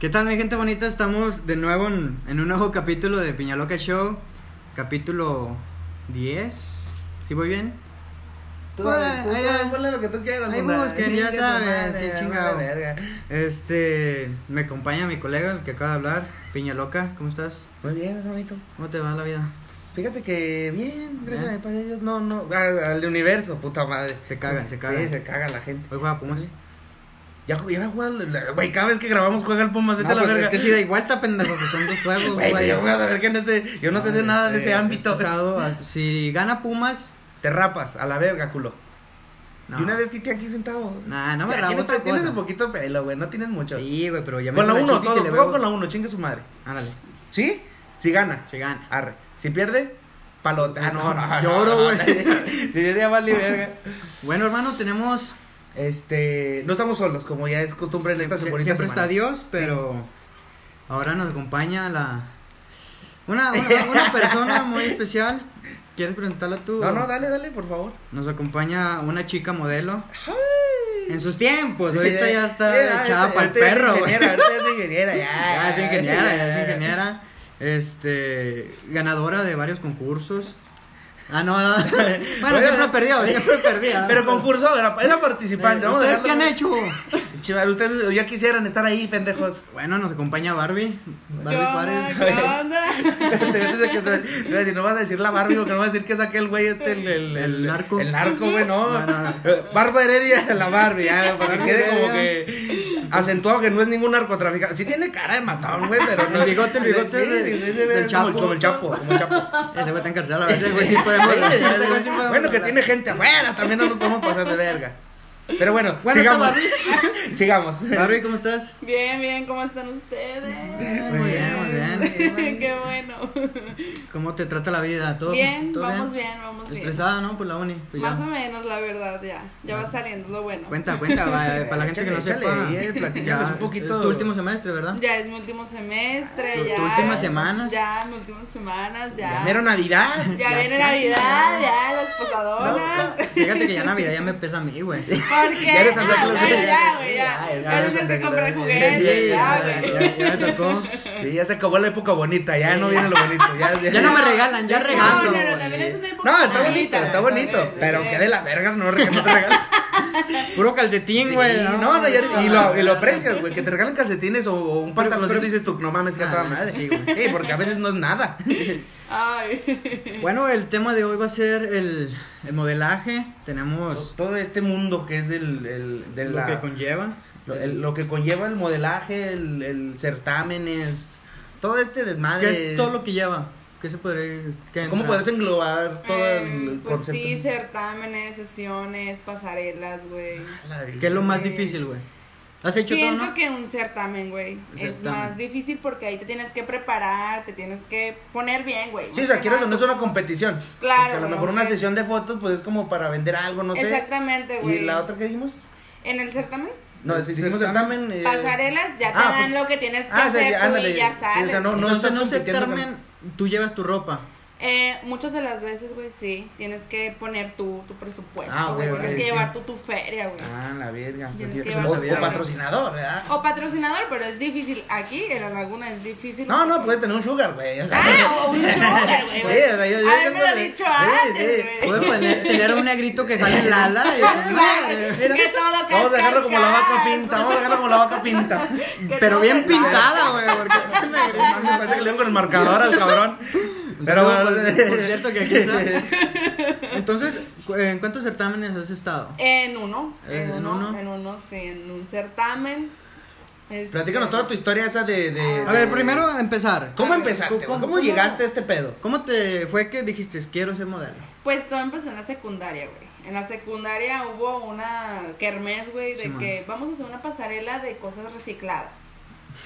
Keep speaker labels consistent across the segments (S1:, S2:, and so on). S1: ¿Qué tal, mi gente bonita? Estamos de nuevo en, en un nuevo capítulo de Piñaloca Show. Capítulo 10. ¿Sí voy bien?
S2: Tú,
S1: Pues,
S2: tú,
S1: ahí,
S2: tú,
S1: ahí.
S2: ponle lo que tú quieras.
S1: Ahí
S2: mona.
S1: busquen, ya
S2: Chingue su
S1: saben,
S2: madre,
S1: sí,
S2: vale,
S1: chingado.
S2: verga.
S1: Este, me acompaña mi colega, el que acaba de hablar, Piñaloca. ¿Cómo estás?
S2: Muy bien, hermanito.
S1: ¿Cómo te va la vida?
S2: Fíjate que bien, gracias
S1: Bien.
S2: a mi padre Dios. No, no, a- al universo, puta madre.
S1: Se cagan, se cagan.
S2: Sí, se caga la gente.
S1: Hoy juega Pumas.
S2: Ya, ju- ya juega, el- la- güey, cada vez que grabamos juega el Pumas, vete
S1: No,
S2: a la
S1: pues,
S2: verga.
S1: es que sí da igual, ta pendejo, que son dos juegos,
S2: Güey, pero
S1: güey.
S2: yo voy a saber que en este, yo no sé de
S1: Ah,
S2: nada de
S1: eh,
S2: ese ámbito.
S1: este sábado, ah, si gana Pumas,
S2: Te rapas, a la verga, culo.
S1: no.
S2: Y una vez que quede aquí sentado.
S1: Nah, no me
S2: Ya,
S1: rapo
S2: tienes-
S1: otra
S2: Tienes
S1: cosa.
S2: un poquito pelo, güey, no tienes mucho.
S1: Sí, güey, pero ya me
S2: Con la
S1: dijo
S2: 1,
S1: Chucky que
S2: todo,
S1: le
S2: todo
S1: veo-
S2: con la 1, chingue su madre.
S1: Ándale,
S2: ¿Sí? Si gana.
S1: se gana.
S2: Arre. Si pierde, palota. Ah, no, no.
S1: Lloro, güey.
S2: Si ya vale verga.
S1: Bueno, hermano, tenemos
S2: Este, no estamos solos, como ya es costumbre en estas
S1: Sie-
S2: bonitas
S1: Pues, siempre está
S2: semanas.
S1: Dios, pero ahora nos acompaña la una, una, una persona muy especial. ¿Quieres presentarla tú?
S2: No, no, dale, dale, por favor.
S1: Nos acompaña una chica modelo. En sus tiempos, ahorita ya
S2: Sí,
S1: está
S2: ahorita-
S1: echada para el
S2: ahorita ya es
S1: perro, güey.
S2: ingeniera, Ahorita es ingeniera, ya.
S1: Ah, Ya es ingeniera, ya es ingeniera. Este, ganadora de varios concursos. Ah, no, no. Bueno, siempre perdió, siempre perdía.
S2: Pero concurso, era, era participante. vamos a
S1: Eh, ¿Ustedes qué han
S2: dejarlo-
S1: hecho?
S2: Chival, ustedes ya quisieran estar ahí, pendejos.
S1: Bueno, nos acompaña Barbie.
S3: ¿Qué
S1: Barbie
S3: onda?
S1: Juárez.
S3: ¿Qué onda?
S2: Antes de que se- iba a decir, no vas a decir la Barbie, porque no vas a decir que es aquel güey este, el, el,
S1: El narco.
S2: El narco, güey, no.
S1: No, no, no.
S2: Eh, Barba Heredia, la Barbie, ya, para que
S1: Barbie
S2: quede como
S1: Heredia.
S2: que acentuado que no es ningún narcotraficante. Sí tiene cara de matón, güey, pero no.
S1: El bigote, el bigote
S2: Sí,
S1: es de-
S2: sí, sí,
S1: del
S2: como el-
S1: Chapo.
S2: Como el Chapo, como el Chapo.
S1: Ese güey está encarcelado, a veces, güey, sí podemos-
S2: Sí, sí, sí,
S1: ese güey sí podemos
S2: bueno, que
S1: hablar.
S2: tiene gente afuera, también no nos podemos pasar de verga. Pero bueno,
S1: Bueno, está
S2: sigamos. sigamos.
S1: Barbie, ¿cómo estás?
S3: Bien, bien, ¿cómo están ustedes?
S1: Bien, muy bien, muy bien.
S3: Qué bueno.
S1: ¿Cómo te trata la vida? ¿Todo
S3: Bien,
S1: todo
S3: vamos bien, vamos bien.
S1: Estresada, ¿no? Por la uni. Pues ya.
S3: Más o menos, la verdad, ya. Ya va saliendo lo bueno.
S1: Cuenta, cuenta, va, eh, para la gente que no
S2: Échale,
S1: sepa.
S2: échale, eh, platícanos
S1: ya,
S2: un poquito.
S1: Es tu último semestre, ¿verdad?
S3: Ya es mi último semestre,
S1: Tu- tu
S3: ya.
S1: últimas semanas.
S3: Ya, mis últimas semanas, ya.
S2: Ya mero Navidad.
S3: Ya
S2: casi,
S3: viene Navidad,
S2: ya.
S3: ya las posadoras.
S1: Fíjate que ya Navidad ya me pesa a mí, güey.
S3: Porque
S2: Ya eres Santa
S3: ah,
S2: Claus.
S3: bueno, ya, güey,
S2: Ya,
S3: ya.
S2: ya,
S3: Ya no
S2: Santa
S3: te
S2: Claus.
S3: comprar
S1: Sí,
S3: juguetes, ya,
S1: ya,
S3: güey.
S1: ya, ya me tocó.
S2: Sí, ya se acabó la época bonita, ya no viene lo bonito. Ya,
S1: Ya no me regalan, ya regalo.
S3: No, no, no, también es una época
S2: No, está
S3: bonita,
S2: bonito, está
S3: está
S2: bonito.
S3: bien, está
S2: Pero
S3: bien.
S2: que de la verga no, re- que no te regalan.
S1: Puro calcetín, güey.
S2: Y no, no, ya- y, lo, y lo aprecias, güey. Que te regalen calcetines o, o un pantaloncito
S1: pero-
S2: y dices tú, no mames, que a
S1: Ah,
S2: toda madre.
S1: sí,
S2: Sí,
S1: güey. Pues,
S2: porque a veces no es nada.
S3: Ay.
S1: Bueno, el tema de hoy va a ser el, el modelaje. Tenemos
S2: Todo este mundo que es del. el- de
S1: lo
S2: la-
S1: que conlleva.
S2: lo, el- lo que conlleva el modelaje, el, el certámenes, todo este desmadre.
S1: ¿Qué es todo lo que lleva? ¿Qué se podría qué
S2: ¿Cómo
S1: entra?
S2: puedes englobar todo el
S3: Eh, pues
S2: concepto?
S3: sí, certámenes, sesiones, pasarelas, güey.
S1: ¿Qué es lo más
S3: Sí.
S1: difícil, güey? ¿Has hecho
S3: Siento
S1: todo, no?
S3: que un certamen, güey,
S1: Un
S3: es
S1: certamen.
S3: más difícil porque ahí te tienes que preparar, te tienes que poner bien, güey.
S2: Sí, o
S3: Más
S2: sea,
S3: que
S2: quieres o
S3: nada,
S2: no es una
S3: como-
S2: competición.
S3: Claro,
S2: Porque a lo
S3: güey,
S2: mejor una
S3: porque-
S2: sesión de fotos, pues es como para vender algo, no sé.
S3: Exactamente,
S2: ¿Y
S3: güey.
S2: la otra que dijimos?
S3: En el certamen,
S2: No,
S1: El
S2: si hicimos
S1: certamen.
S2: certamen. eh,
S3: pasarelas ya te
S2: ah,
S3: dan
S2: pues-
S3: lo que tienes que
S2: ah, o sea,
S3: hacer
S2: ya,
S3: tú
S2: ándale,
S3: y ya
S2: sí, o sea,
S3: sales.
S2: no- no-
S1: Entonces,
S2: estás
S1: no un
S2: compitiendo con-
S1: certamen, tú llevas tu ropa.
S3: Eh, muchas de las veces, güey, sí, tienes que poner tú tu presupuesto,
S2: Ah,
S3: güey,
S2: ok,
S3: tienes
S2: ok,
S3: que
S2: ok.
S3: llevar tú tu feria, güey.
S2: Ah, la verga.
S3: Tienes que
S2: O-
S3: llevar
S2: o,
S3: tu feria.
S2: patrocinador, ¿verdad?
S3: O patrocinador, pero es difícil. Aquí en la laguna es difícil.
S2: No, no, pues,
S3: porque-
S2: puedes tener un sugar, güey. O sea,
S3: Ah, o un sugar, güey.
S2: Sí, o sea, yo- yo- yo-
S3: Haberme lo dicho
S2: sí,
S3: antes,
S2: sí.
S3: güey.
S1: Puedes poner- tener un negrito que jale el ala. y-
S3: Claro, que todo
S2: Vamos a dejarlo como la vaca
S3: cascas.
S2: pinta, vamos a dejarlo como la vaca pinta.
S3: Que
S1: Pero
S3: todo
S1: bien
S3: pesado.
S1: pintada, güey. Porque...
S2: Me parece que le dio con el marcador al cabrón. Pero bueno,
S1: por, por cierto que aquí está. Entonces, cu- ¿en cuántos certámenes has estado?
S3: En uno, en,
S1: ¿En
S3: uno,
S1: uno?
S3: en uno, sí, en un certamen. Este-
S2: platícanos toda tu historia esa de. de-
S1: A ver,
S2: de-
S1: primero a empezar.
S2: ¿Cómo empezaste? güey?
S1: ¿Cómo-
S2: ¿Cómo,
S1: cómo-
S2: llegaste a este pedo?
S1: ¿Cómo te fue que dijiste quiero ser modelo?
S3: Pues todo empezó en la secundaria, güey. En la secundaria hubo una kermés, güey, de
S1: Simón.
S3: que vamos a hacer una pasarela de cosas recicladas.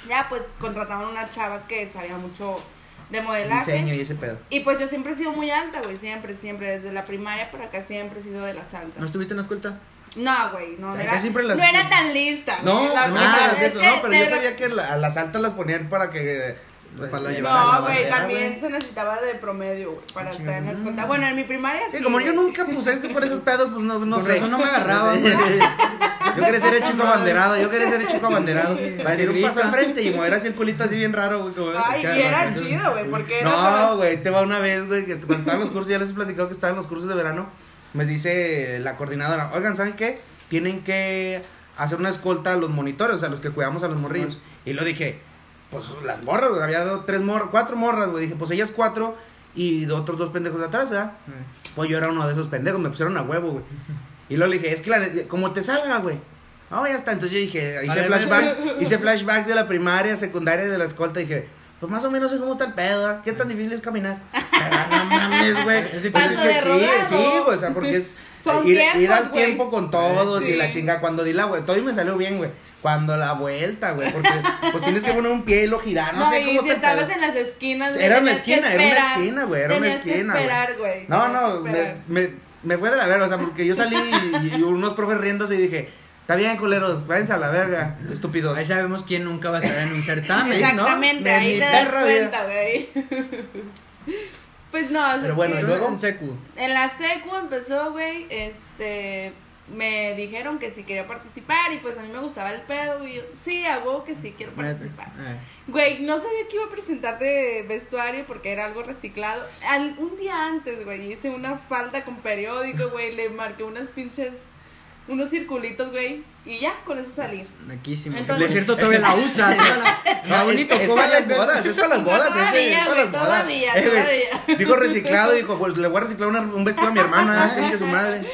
S3: Ya, pues contrataban una chava que sabía mucho de modelaje.
S2: Diseño y ese pedo.
S3: Y pues yo siempre he sido muy alta, güey, siempre, siempre. Desde la primaria para acá siempre he sido de las altas.
S1: ¿No estuviste en la escuela?
S3: No, güey, no, no
S2: Acá
S3: era,
S2: siempre las-
S3: no era tan lista. güey,
S2: No,
S3: la
S2: no,
S3: verdad,
S2: nada,
S3: es
S2: cierto,
S3: que
S2: no, pero
S3: de
S2: yo
S3: ver-
S2: sabía que la- a las altas las ponían para que.
S1: Pues, para
S2: llevar a
S1: la
S3: No, güey,
S2: bandera,
S3: también
S2: güey.
S3: se necesitaba de promedio, güey, para estar en la escuela. Bueno, en mi primaria sí.
S2: Y como yo
S3: güey.
S2: nunca puse eso por esos pedos, pues no, no
S1: Por
S2: sé.
S1: razón no me agarraban,
S2: No sé. Yo quería ser el chico abanderado, yo quería ser el chico abanderado. Para decir un paso al frente y mover así el culito así bien raro, güey. como-
S3: Ay,
S2: acá,
S3: y era
S2: así.
S3: chido, güey, porque era con
S2: No,
S3: los-
S2: güey, te va una vez, güey, que cuando estaban los cursos, ya les he platicado que estaban los cursos de verano, me dice la coordinadora, oigan, ¿saben qué? Tienen que hacer una escolta a los monitores, a los que cuidamos a los morrillos. Y lo dije, pues las morras, güey, había dos, tres mor cuatro morras, güey, dije, pues ellas cuatro y de otros dos pendejos de atrás, ¿verdad? Pues yo era uno de esos pendejos, me pusieron a huevo, güey. Y luego le dije, es que la ne- como te salga, güey. Ah, ya está. Entonces yo dije, hice
S1: Vale,
S2: flashback, hice flashback de la primaria, secundaria, de la escolta. Dije, pues más o menos sé cómo está el pedo, ¿ah? ¿qué tan difícil es caminar? Pero
S1: Ah,
S2: no mames, güey.
S1: difícil.
S2: Pues
S3: Paso de
S2: sí,
S3: rodado.
S2: sí, güey, o sea, porque es
S3: Son
S2: ir, ir
S3: tiempos,
S2: al
S3: güey.
S2: tiempo con todos
S3: Sí.
S2: y la chinga. Cuando di la vuelta, todo y me salió bien, güey. Cuando la vuelta, güey, porque pues tienes que poner un pie y lo girar, no,
S3: No,
S2: sé
S3: y
S2: cómo
S3: si
S2: está el
S3: estabas
S2: pedo.
S3: en las esquinas, güey,
S2: Era una
S3: tenías que
S2: esquina, era una
S3: esperar.
S2: esquina, güey, era una
S3: Tenías que
S2: esquina, güey.
S3: esperar, güey.
S2: No,
S3: tenías
S2: no,
S3: que
S2: me,
S3: esperar.
S2: me, me fue de la verga, o sea, porque yo salí y, y unos profes riéndose y dije, está bien, culeros, váyanse a la verga, estúpidos.
S1: Ahí sabemos quién nunca va a estar en un certamen.
S2: Exacto.
S3: Exactamente,
S2: Ah, ¿no? Ni-
S3: ahí
S2: ni
S3: te das
S2: perra,
S3: cuenta, güey. pues no, o sea,
S2: Pero bueno,
S3: es
S2: y
S3: que-
S2: luego-
S1: un secu.
S3: En la secu empezó, güey, este, me dijeron que si quería participar y pues a mí me gustaba el pedo y yo, sí, a huevo que sí, quiero participar.
S2: Ah.
S1: Eh.
S3: Güey, no sabía que iba a presentar de vestuario porque era algo reciclado. Al- un día antes, güey, hice una falda con periódico, güey, le marqué unas pinches, unos circulitos, güey, y ya, con eso salí.
S1: Naquísimo.
S3: Entonces-
S1: Por cierto, todavía la usa. todavía la- Mi
S2: No,
S1: abuelito
S2: es, es
S1: cobra
S2: para las
S1: veces.
S2: bodas, es para las bodas, ese,
S3: Todavía,
S2: es para
S3: güey,
S2: las bodas.
S3: todavía,
S2: Eh, güey,
S3: todavía.
S2: Dijo reciclado, dijo, pues le voy a reciclar una- un vestido a mi hermana, ¿eh? chingue su madre.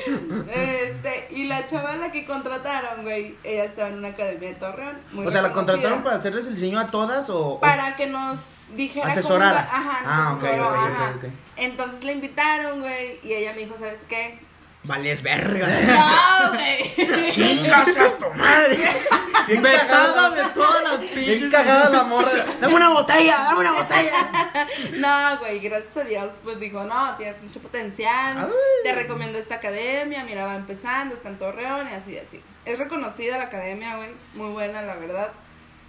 S3: Este, y la chavala que contrataron, güey, ella estaba en una academia de Torreón. muy
S2: O sea, ¿la
S3: reconocida.
S2: contrataron para hacerles el diseño a todas o...? o-
S3: para que nos dijera
S2: Asesorara.
S3: cómo iba- ajá, nos
S2: Ah, ok,
S3: asesoró,
S2: ok,
S3: ajá.
S2: ok, ok.
S3: Entonces la invitaron, güey, y ella me dijo, ¿sabes qué?
S1: Vales verga.
S3: No, güey.
S2: ¡Chingas a tu madre! Bien
S1: Vetada
S2: cagada,
S1: de todas las
S2: bien
S1: pinches.
S2: cagada la morra. ¡Dame una botella, dame una botella!
S3: No, güey, gracias a Dios, pues dijo, no, tienes mucho potencial, te recomiendo esta academia, mira, va empezando, está en Torreón y así, así. Es reconocida la academia, güey, muy buena, la verdad.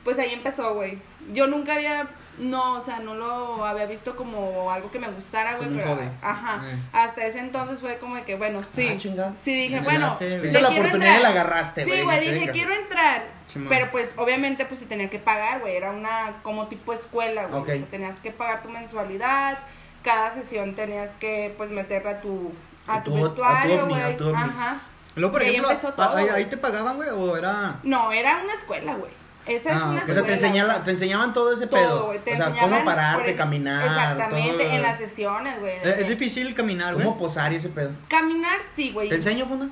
S3: Pues ahí empezó, güey. Yo nunca había, no, o sea, no lo había visto como algo que me gustara, güey,
S1: Como un
S3: pero,
S1: hobby.
S3: ajá,
S1: Eh.
S3: hasta ese entonces fue como de que, bueno, sí,
S2: Ah, chinga.
S3: sí dije,
S1: Ya se
S3: bueno,
S1: late, güey.
S3: le
S2: Viste la
S3: quiero
S2: oportunidad y la
S3: entrar.
S2: agarraste, güey.
S3: Sí,
S2: no
S3: güey,
S2: te
S3: dije,
S2: digas.
S3: quiero entrar.
S1: Simón.
S3: Pero pues, obviamente, pues se tenía que pagar, güey. Era una como tipo escuela, güey.
S2: Ok.
S3: O sea, tenías que pagar tu mensualidad. Cada sesión tenías que, pues, meterla a tu, a
S2: A
S3: tu,
S2: tu ot- a tu
S3: vestuario,
S2: ovni, a
S3: güey.
S2: tu ovni.
S3: Ajá.
S1: Luego, por
S3: Y ahí
S1: ejemplo,
S3: empezó
S1: pa-
S3: todo,
S1: ahí,
S3: güey.
S1: ahí te pagaban, güey, o era.
S3: No, era una escuela, güey. Esa es
S1: Ah,
S3: una
S1: ok.
S2: O
S3: escuela.
S2: sea, te, enseñala- te enseñaban todo ese pedo.
S3: todo, güey. Te
S2: o sea,
S3: enseñaban,
S2: cómo pararte,
S3: por ej-
S2: caminar.
S3: Exactamente,
S2: todo.
S3: en las sesiones, güey. de
S1: Eh, Es
S3: que-
S1: difícil caminar, güey.
S2: Cómo posar y ese pedo.
S3: Caminar, sí, güey.
S2: ¿Te enseño, Funda?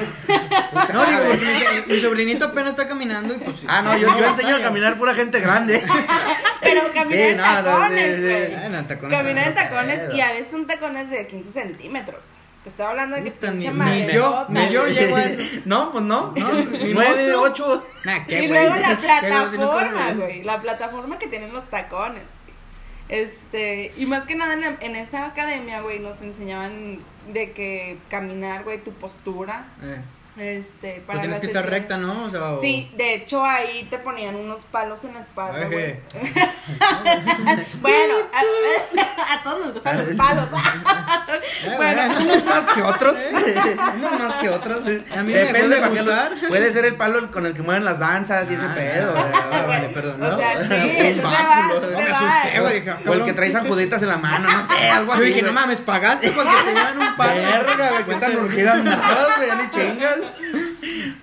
S1: No, digo, porque mi, so- mi sobrinito apenas está caminando y pues.
S2: Ah, no, yo, yo enseño a caminar pura gente grande.
S3: Pero caminar en
S2: no, no,
S3: tacones,
S2: sí, sí.
S3: güey.
S1: Ah, no, tacones,
S3: Caminar en
S1: no,
S3: tacones
S2: pedo.
S3: y a veces son tacones de 15 centímetros. Te estoy hablando de que
S1: Puta, ni-
S3: pinche
S1: ni
S3: madre.
S1: yo, ni yo llego a eso.
S2: No, pues
S1: No,
S2: no.
S1: ni
S2: Nueve,
S1: monstruo.
S2: ocho.
S1: Nah, qué, güey.
S3: Y luego la
S2: Qué huevos, si no es con
S3: plataforma,
S2: el-
S3: güey. La plataforma que tienen los tacones. Este, y más que nada en, la- en esa academia, güey, nos enseñaban de que caminar, güey, tu postura.
S1: Eh,
S3: Este,
S1: pues
S3: para
S1: tienes
S3: las
S1: que estar
S3: sesiones.
S1: recta, ¿no? O sea, o-
S3: Sí, de hecho ahí te ponían unos palos en la espalda, güey.
S1: Eje.
S3: Bueno, a, a todos nos gustan los palos.
S1: Eh,
S3: bueno,
S1: bueno.
S2: Unos más que otros. Unos más que otros.
S1: A mí me dejó de
S2: pa' qué lo-
S1: gustar.
S2: Puede ser el palo con el que mueven las danzas y ese
S1: Ah,
S2: pedo.
S1: ah,
S2: o sea,
S1: vale, perdón,
S3: O
S1: ¿no?
S3: sea, sí, tú te
S2: Un
S3: vas, tú
S2: báculo.
S3: te
S2: Me
S3: vas.
S2: asusté, güey, dije, O el que trae sanjuditas en la mano, no sé, algo
S1: Yo
S2: así.
S1: dije, no
S2: güey.
S1: mames, pagaste porque te dieron un palo.
S2: Verga, güey, qué
S1: No
S2: tan
S1: sé.
S2: urgida andabas, güey, ya ni chingas.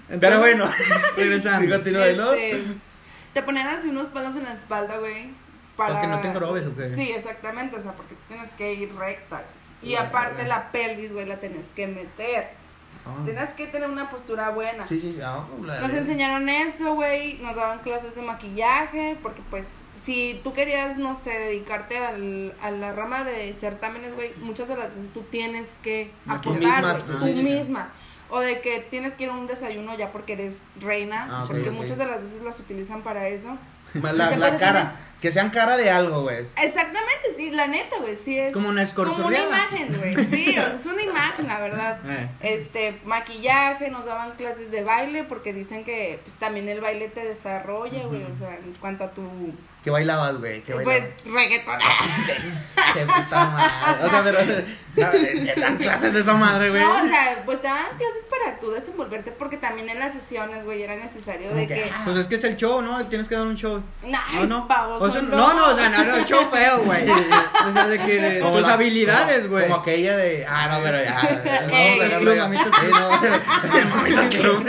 S1: Entonces,
S2: bueno. Sí,
S1: Regresando.
S2: continúa, ¿no?
S3: Este, te ponían así unos palos en la espalda, güey. Para
S1: Para que no te engrobes, ¿o qué?
S3: Sí, exactamente, o sea, porque tienes que ir recta. güey. Y aparte la pelvis, güey, la tenías que meter.
S1: Ah.
S2: Ah.
S3: Tenías que tener una postura buena.
S2: Sí, sí, sí. ah, la
S3: Nos
S2: verga.
S3: enseñaron eso, güey, nos daban clases de maquillaje, porque pues si tú querías, no sé, dedicarte al- a la rama de certámenes, güey, muchas de las veces tú tienes que
S2: Maquillar. Misma,
S3: aportar, güey,
S2: ah,
S3: tú
S2: sí, sí.
S3: misma. O de que tienes que ir a un desayuno ya porque eres reina,
S2: Ah, ok,
S3: porque
S2: ok.
S3: muchas de las veces las utilizan para eso.
S2: La, la
S3: Pues,
S2: cara.
S3: tienes-
S2: Que sean cara de algo, güey.
S3: Exactamente, sí, la neta, güey, sí es.
S1: Como una
S3: Como una
S1: escorzonada.
S3: imagen, güey. Sí, o sea, es una imagen, la verdad.
S1: Eh.
S3: Este, maquillaje, nos daban clases de baile porque dicen que pues, también el baile te desarrolla, güey, o sea, en cuanto a tu.
S2: Que bailabas, güey. Que bailabas.
S3: Pues reggaetonera.
S2: Che puta madre. O sea, pero. no, te dan clases de esa madre, güey.
S3: No, o sea, pues te daban clases para tú desenvolverte porque también en las sesiones, güey, era necesario
S2: Como
S3: de
S2: que,
S3: que...
S2: ah,
S1: Pues es que es el show, ¿no? Tienes que dar un show.
S3: No,
S1: No, no.
S3: baboso,
S1: O sea, no, no, o sea, no, no, el show feo, güey. O sea, de que de
S2: Como
S1: tus
S2: la-
S1: habilidades,
S2: como-
S1: güey.
S2: Como aquella de. Ah, no, pero ya.
S3: Ey,
S2: Vamos a dejarlo
S1: club,
S2: ya.
S1: mamitas
S2: Sí, no. El Mamitas Club.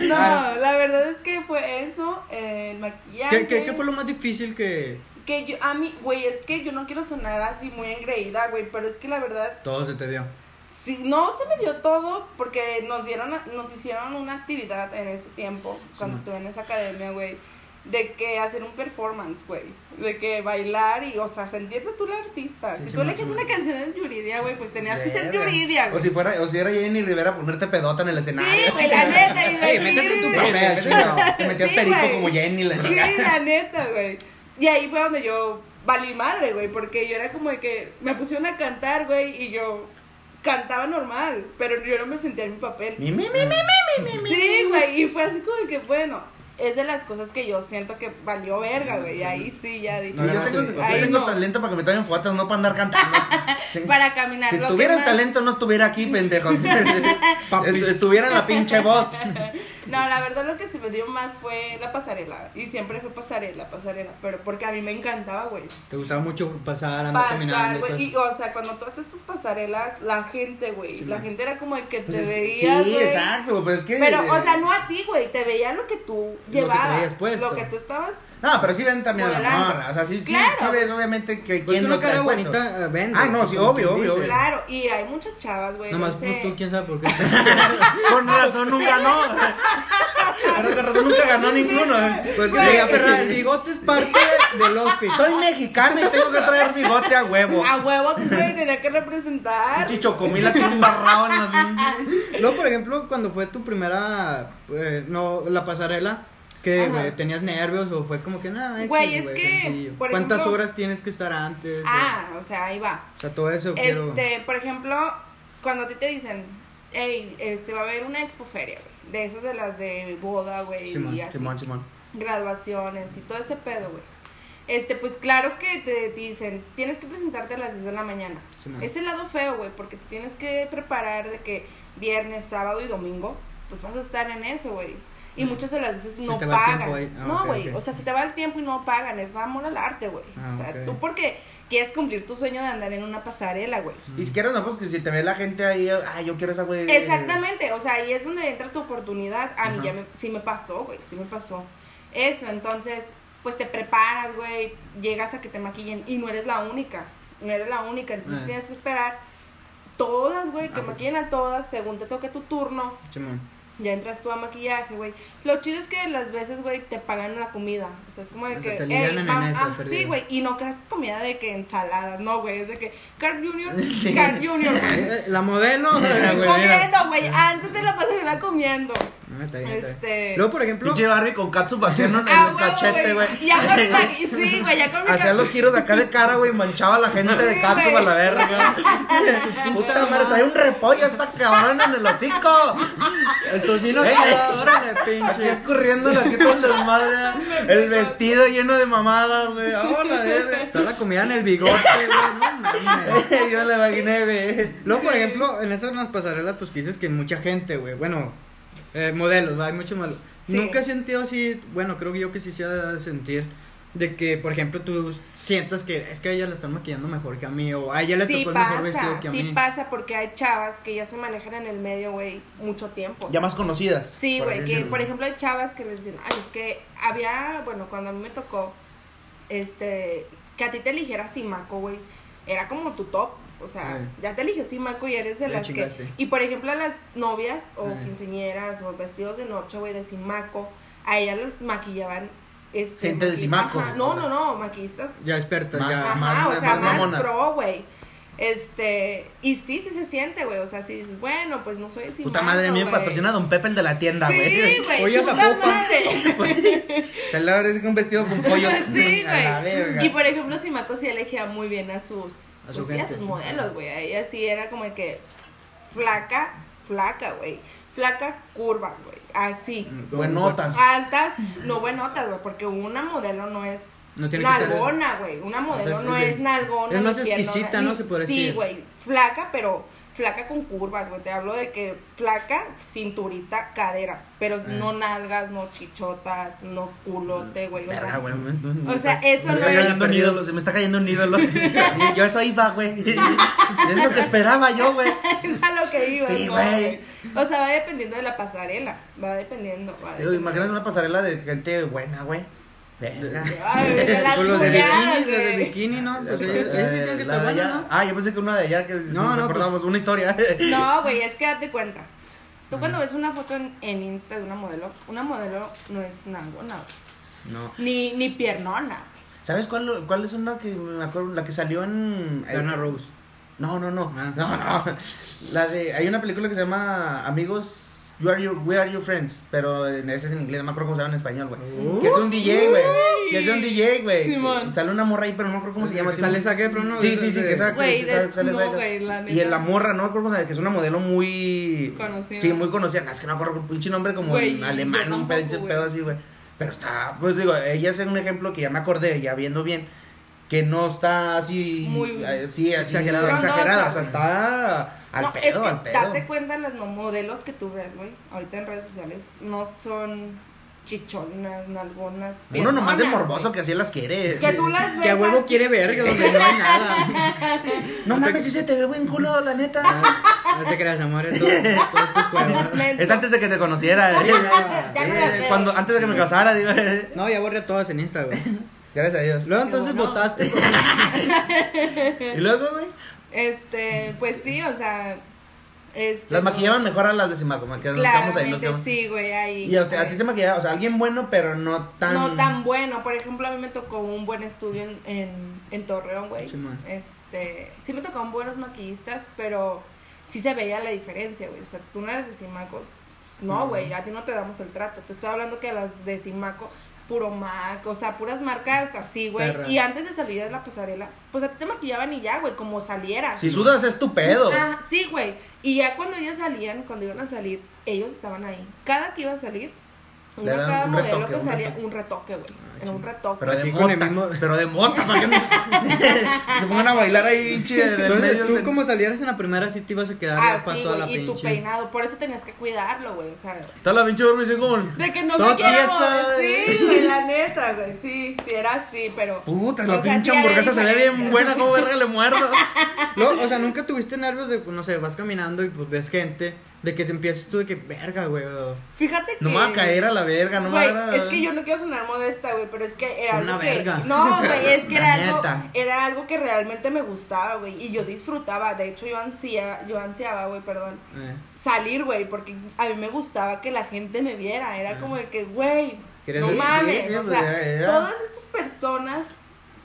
S3: No, la verdad es que fue eso, eh, el maquillaje.
S1: ah. ¿Qué, qué, qué fue lo más difícil que
S3: Que yo, a mí, güey, es que yo no quiero sonar así muy engreída, güey, pero es que la verdad
S1: todo se te dio?
S3: Sí, no se me dio todo porque nos dieron, nos hicieron una actividad en ese tiempo, cuando estuve en esa academia, güey, de que hacer un performance, güey, de que bailar y, o sea, sentirte tú la artista.
S1: Sí,
S3: si
S1: sí,
S3: tú
S1: me
S3: elegías
S1: acuerdo.
S3: una canción en Yuridia, güey, pues tenías que ser
S2: Verga.
S3: Yuridia,
S2: O
S3: güey.
S2: si fuera, o si era Jenny Rivera ponerte pedota en el escenario.
S3: Sí, güey, la neta, y
S2: Ey,
S3: decir-
S2: métete en tu
S1: güey.
S2: papel,
S1: Sí,
S2: chingado.
S1: güey.
S2: Te metías
S3: Sí,
S2: perico
S3: güey.
S2: como Jenny, la
S3: Sí,
S2: chica.
S3: la neta, güey. Y ahí fue donde yo valí madre, güey, porque yo era como de que me pusieron a cantar, güey, y yo cantaba normal, pero yo no me sentía en mi papel.
S2: Mi, mi, mi, mi, mi, mi, mi.
S3: Sí, güey, y fue así como que, bueno, es de las cosas que yo siento que valió verga, güey, y ahí sí, ya dije,
S1: No,
S2: yo
S1: gracias.
S2: tengo, yo
S3: ahí
S2: tengo
S3: no.
S2: talento para que me traigan fogatas, no para andar cantando. Ching-
S3: para caminar
S2: Si
S3: lo que
S2: tuviera
S3: más-
S2: talento, no estuviera aquí, pendejos.
S1: Papis.
S2: Est- estuviera en la pinche voz.
S3: No, la verdad lo que se me dio más fue la pasarela, y siempre fue pasarela, pasarela, pero porque a mí me encantaba, güey,
S1: ¿Te gustaba mucho pasar, andar
S3: pasar,
S1: caminando y todo
S3: güey, y
S1: eso?
S3: o sea, cuando tú haces tus pasarelas, la gente, güey,
S1: Sí,
S3: la
S1: güey.
S3: gente era como de que
S2: Pues
S3: te
S2: es-
S3: veía,
S2: sí,
S3: güey.
S2: exacto, pero es que.
S3: Pero, o sea, no a ti, güey, te veía lo que tú
S1: que
S3: llevabas,
S1: traías puesto.
S3: lo que tú estabas
S2: No, pero sí ven también a la
S3: Modelando.
S2: morra. O sea, sí, sí,
S3: Claro.
S2: sí ves, obviamente, que
S1: Pues
S2: quién
S1: tú
S2: lo
S1: no cara
S2: trae puesto.
S1: bonita eh, vende.
S2: Ah, no, sí,
S1: como
S2: obvio,
S1: quien
S2: obvio,
S1: dice.
S2: obvio.
S3: Claro, y hay muchas chavas, güey.
S1: Nomás
S3: no sé.
S1: tú, quién sabe por qué.
S2: Con razón nunca no. Con razón nunca ganó ninguno.
S1: Pues que
S3: Güey.
S1: se diga, perra, el bigote es parte del outfit.
S2: Soy mexicano y tengo que traer bigote a huevo.
S3: A huevo que güey, tenía que representar.
S2: Chichocomila tiene un barrado en la pinche-
S1: Luego, por ejemplo, cuando fue tu primera, eh, no, la pasarela, que
S3: Ajá.
S1: güey, tenías nervios o fue como que nada,
S3: Güey, es que, por
S1: ¿Cuántas
S3: ejemplo-
S1: horas tienes que estar antes?
S3: Ah, o sea, ahí va.
S1: O sea, todo eso quiero...
S3: Este, por ejemplo, cuando a ti te dicen, hey, este, va a haber una expoferia, güey. De esas de las de boda, güey,
S1: Simón,
S3: y así.
S2: Simón, Simón.
S3: Graduaciones y todo ese pedo, güey. Este, pues claro que te dicen, tienes que presentarte a las 10 de la mañana.
S1: Simón.
S3: Es el lado feo, güey, porque te tienes que preparar de que viernes, sábado y domingo, pues vas a estar en eso, güey. Y muchas de las veces
S1: Se
S3: no
S1: Mm. te va el
S3: pagan.
S1: tiempo ahí. Ah,
S3: no,
S1: ok,
S3: güey.
S1: ok.
S3: O sea, se te va el tiempo y no pagan. Es amor al arte, güey.
S1: Ah,
S3: o sea,
S1: ok.
S3: tú porque quieres cumplir tu sueño de andar en una pasarela, güey.
S2: Y si quieres, no, pues que si te ve la gente ahí, ay, yo quiero esa güey.
S3: Exactamente, o sea, ahí es donde entra tu oportunidad. A mí ya me, sí me pasó, güey, sí me pasó. Eso, entonces, pues te preparas, güey, llegas a que te maquillen y no eres la única, no eres la única, entonces
S1: Ah.
S3: tienes que esperar todas, güey, que
S1: Ah, ok.
S3: maquillen a todas, según te toque tu turno,
S1: Simón.
S3: ya entras tú a maquillaje, güey. Lo chido es que las veces, güey, te pagan la comida. O sea, es como de
S1: Te-
S3: que.
S1: te alivianan
S3: "Ey,
S1: en
S3: mam-
S1: eso,
S3: ah,
S1: perdido.
S3: sí, güey. Y no creas comida de que ensaladas, no, güey. Es de que. Carl Junior, Carl Junior.
S1: Eh, La modelo,
S2: Ah, güey, mira.
S3: comiendo, güey. Antes de la pasarela comiendo.
S1: Ah, está bien, está bien.
S3: Este.
S1: Luego, por ejemplo,
S2: Pinche Barbie con katsu paterno en
S3: ah,
S2: el
S3: huevo,
S2: cachete, güey.
S3: Ya con mi maqui- Sí, güey, ya con mi
S2: Hacía
S3: ca-
S2: los giros acá de cara, güey, manchaba a la gente de
S3: Sí,
S2: katsu
S3: güey.
S2: a la verga. Puta madre, trae un repollo hasta cabrón en el hocico.
S1: el tocino
S2: Ey,
S1: colado, órale,
S2: Aquí
S1: pinche.
S2: escurriéndole aquí todo el desmadre. El vestido lleno de mamadas, güey. Ah, la verga.
S1: Toda la comida en el bigote, güey, no mames.
S2: Yo le imaginé, güey.
S1: Luego, por ejemplo, en esas unas pasarelas, pues que dices que mucha gente, güey, bueno, eh, modelos, ¿va? hay muchos modelos.
S3: Sí.
S1: Nunca he sentido así, bueno, creo que yo que sí se ha de sentir, de que, por ejemplo, tú sientas que es que a ella la están maquillando mejor que a mí, o a ella le
S3: Sí
S1: tocó el mejor
S3: pasa,
S1: vestido que a
S3: sí
S1: mí.
S3: pasa porque hay chavas que ya se manejan en el medio, güey, mucho tiempo.
S2: Ya más conocidas.
S3: Sí,
S2: por
S3: güey,
S2: así
S3: que
S2: decirlo.
S3: por ejemplo hay chavas que les dicen, ay, es que había, bueno, cuando a mí me tocó, este, que a ti te eligiera Simaco, güey, era como tu top, o sea,
S1: Ay.
S3: ya te eligió Simaco y eres de
S1: Ya
S3: las
S1: chingaste.
S3: que... Y por ejemplo a las novias o
S1: Ay.
S3: quinceñeras o vestidos de noche, güey, de Simaco, a ellas las maquillaban... Este,
S2: Gente de
S3: maqui-
S2: Simaco.
S3: Ajá, No, no, no, maquillistas
S1: Ya expertas,
S2: Más-
S1: ya.
S3: Ajá,
S2: más-
S3: o sea,
S2: más
S3: más
S2: mamona.
S3: pro, güey. Este, y sí, sí se siente, güey. O sea, sí dices, bueno, pues no soy así.
S2: Puta madre mía, patrocina a Don Pepe el de la tienda, güey.
S3: Sí, güey.
S1: Oye,
S3: puta
S1: Zapopan.
S3: madre.
S2: Te lo abres con un vestido con pollos.
S3: Sí,
S2: A la verga.
S3: güey. Y por ejemplo, Simaco sí elegía muy bien a sus,
S1: A
S3: pues,
S1: su
S3: sí, a
S1: gente.
S3: sus modelos, güey. A ella sí era como de que flaca, flaca, güey. Flaca, curvas, güey. Así.
S2: Mm. Buenotas.
S3: Altas, no buenotas, güey, porque una modelo no es
S1: No tiene que ser-
S3: nalgona, güey. Una modelo
S1: es-
S3: no
S1: es de-
S3: es nalgona.
S1: es
S3: ni
S1: más
S3: piernona,
S1: exquisita,
S3: ni-
S1: ¿no? Se podría
S3: Sí,
S1: decir.
S3: güey. Flaca, pero flaca con curvas, güey. Te hablo de que flaca, cinturita, caderas, pero
S1: Ah.
S3: no nalgas, no chichotas, no culote, güey. O
S2: Verga,
S3: sea,
S2: güey.
S3: o sea, eso
S2: Me
S3: no
S2: está
S3: es-
S2: cayendo un ídolo, se me está cayendo un ídolo. Y yo eso iba, güey. Es lo que esperaba yo, güey.
S3: es a lo que iba,
S2: Sí,
S3: ¿no,
S2: güey.
S3: O sea, va dependiendo de la pasarela. Va dependiendo. va
S2: Digo, Imagínate una
S3: dependiendo.
S2: pasarela de gente buena, güey. Verga.
S3: Ay, güey, de las
S1: Con los de
S3: culiadas,
S1: bikini, los de
S3: güey.
S1: bikini, ¿no? Pues ellos,
S2: Eh,
S1: ellos sí tienen que
S2: la
S1: estar
S2: de
S1: buenos,
S2: allá.
S1: ¿no?
S2: Ah, yo pensé que una de allá que
S1: No, pues,
S2: nos
S1: no,
S2: acordamos, una historia.
S3: No, güey, es que date cuenta. Tú cuando ves una foto en, en Insta de una modelo, una modelo no es nalgona, güey.
S1: No.
S3: ni, ni piernona.
S2: ¿Sabes cuál, cuál es una que me acuerdo? La que salió en. eh,
S1: Diana Rose.
S2: No, no, no.
S1: Ah.
S2: No, no. La de. Hay una película que se llama Amigos. You are your, we are your friends. Pero en- ese es en inglés, no me acuerdo cómo se llama en español, güey.
S1: Uh.
S2: que es de un DJ, güey. Que es de un DJ, güey.
S3: Simón.
S2: Y Sale una morra ahí, pero no me acuerdo cómo se llama.
S1: Que sale Zac Efron, ¿no?
S2: Sí, Ah, sí, sí, que sale,
S3: Güey,
S2: sí,
S3: de-
S2: sale- sale
S3: no,
S2: Zac-
S3: güey, la
S2: Y en la
S3: neta.
S2: morra, no me acuerdo cómo se llama, que es una modelo muy.
S3: Conocida.
S2: Sí, muy conocida. No, Es que no me acuerdo, un pinche nombre como
S3: Güey,
S2: en
S3: yo
S2: alemán, un
S3: tampoco,
S2: pinche
S3: güey.
S2: pedo así, güey. Pero está, pues digo, ella es un ejemplo que ya me acordé, ya viendo bien, que no está así.
S3: Muy-
S2: eh, sí, así
S1: Exagerada.
S2: exagerada. O
S3: Frondosa.
S2: sea, está al
S3: no,
S2: pedo,
S3: es que
S2: al pedo.
S3: date cuenta las no- modelos que tú ves, güey, ahorita en redes sociales, no son chichonas, nalgonas.
S2: Uno nomás de
S3: piernonas,
S2: morboso
S3: güey.
S2: que así las quiere.
S3: Que tú las ves.
S1: Que a huevo
S3: así.
S1: quiere verga donde no hay nada.
S2: No mames, si se te ve buen culo, la neta.
S1: No te creas, amor, es todo, todos tus cuervos.
S3: Lento.
S2: Es antes de que te conociera. eh.
S3: Ya no las veo.
S2: Cuando, antes de que me casara, digo. eh.
S1: No, ya borré todas en Insta, güey.
S2: Gracias a Dios.
S1: Luego entonces
S3: bueno.
S1: votaste por
S2: ¿Y luego, güey?
S3: Este, pues sí, o sea. Este,
S2: Las
S3: no-
S2: maquillaban mejor a las de Simaco, que nos quedamos ahí, nos
S3: Claramente
S2: quedamos.
S3: sí, güey, ahí.
S2: Y a, usted- a
S3: güey.
S2: ti te maquillaba, o sea, alguien bueno, pero no tan.
S3: No tan bueno. Por ejemplo, a mí me tocó un buen estudio en, en, en Torreón, güey.
S1: Simón.
S3: este, sí me tocaban buenos maquillistas, pero sí se veía la diferencia, güey. O sea, tú no eres de Simaco. No, güey, a ti no te damos el trato. Te estoy hablando que a las de Simaco, puro Mac, o sea, puras marcas así,
S1: Perra.
S3: güey. Y antes de salir a la pasarela, pues a ti te maquillaban y ya, güey, como salieras.
S2: Si sudas es tu pedo.
S3: Ajá, sí, güey. Y ya cuando ellos salían, cuando iban a salir, ellos estaban ahí. Cada que iba a salir,
S2: Le
S3: una
S2: daban
S3: cada
S2: un
S3: modelo
S2: retoque,
S3: que
S2: un
S3: salía,
S2: retoque. Ah,
S3: un retoque, güey. Era un retoque.
S2: Pero de
S1: Aquí con el
S2: mota.
S1: mismo-
S2: Pero de mota, para que no- se pongan a bailar ahí, chile. en el medio
S1: Entonces, tú
S2: del-
S1: como salieras en la primera, sí te ibas a quedar
S3: Ah,
S1: para
S3: sí,
S1: toda la
S3: güey. Y tu
S1: pinche.
S3: peinado. Por eso tenías que cuidarlo, güey. O sea,
S2: Está la pinche dormida como.
S3: de que no
S1: Todo
S3: me quiero
S1: tieso,
S3: mover.
S1: eh.
S3: Sí, güey, la neta, güey. Sí, sí, era así, pero.
S2: Puta,
S3: O
S2: la
S3: sea,
S2: pinche
S3: sí había
S2: hamburguesa se ve bien
S3: diferencia.
S2: buena, como verga le muerdo.
S1: No, o sea, nunca tuviste nervios de, pues, no sé, vas caminando y pues ves gente, de que te empiezas tú de que verga, güey. o-
S3: Fíjate que.
S2: No me va a caer a la verga, no me va a
S3: Güey,
S2: dar a
S3: es que yo no quiero sonar modesta, güey, pero es que era
S1: Son una
S3: algo que...
S1: verga.
S3: No, güey, es que
S2: La
S3: era algo,
S2: neta.
S3: era algo que realmente me gustaba, güey, y yo disfrutaba, de hecho yo ansiaba, yo ansiaba, güey, perdón,
S1: eh,
S3: salir, güey, porque a mí me gustaba que la gente me viera, era como de que, güey,
S1: Querías
S3: no
S1: ver- sí,
S3: mames,
S2: sí,
S3: o
S2: pues,
S3: sea,
S2: era- era-
S3: todas estas personas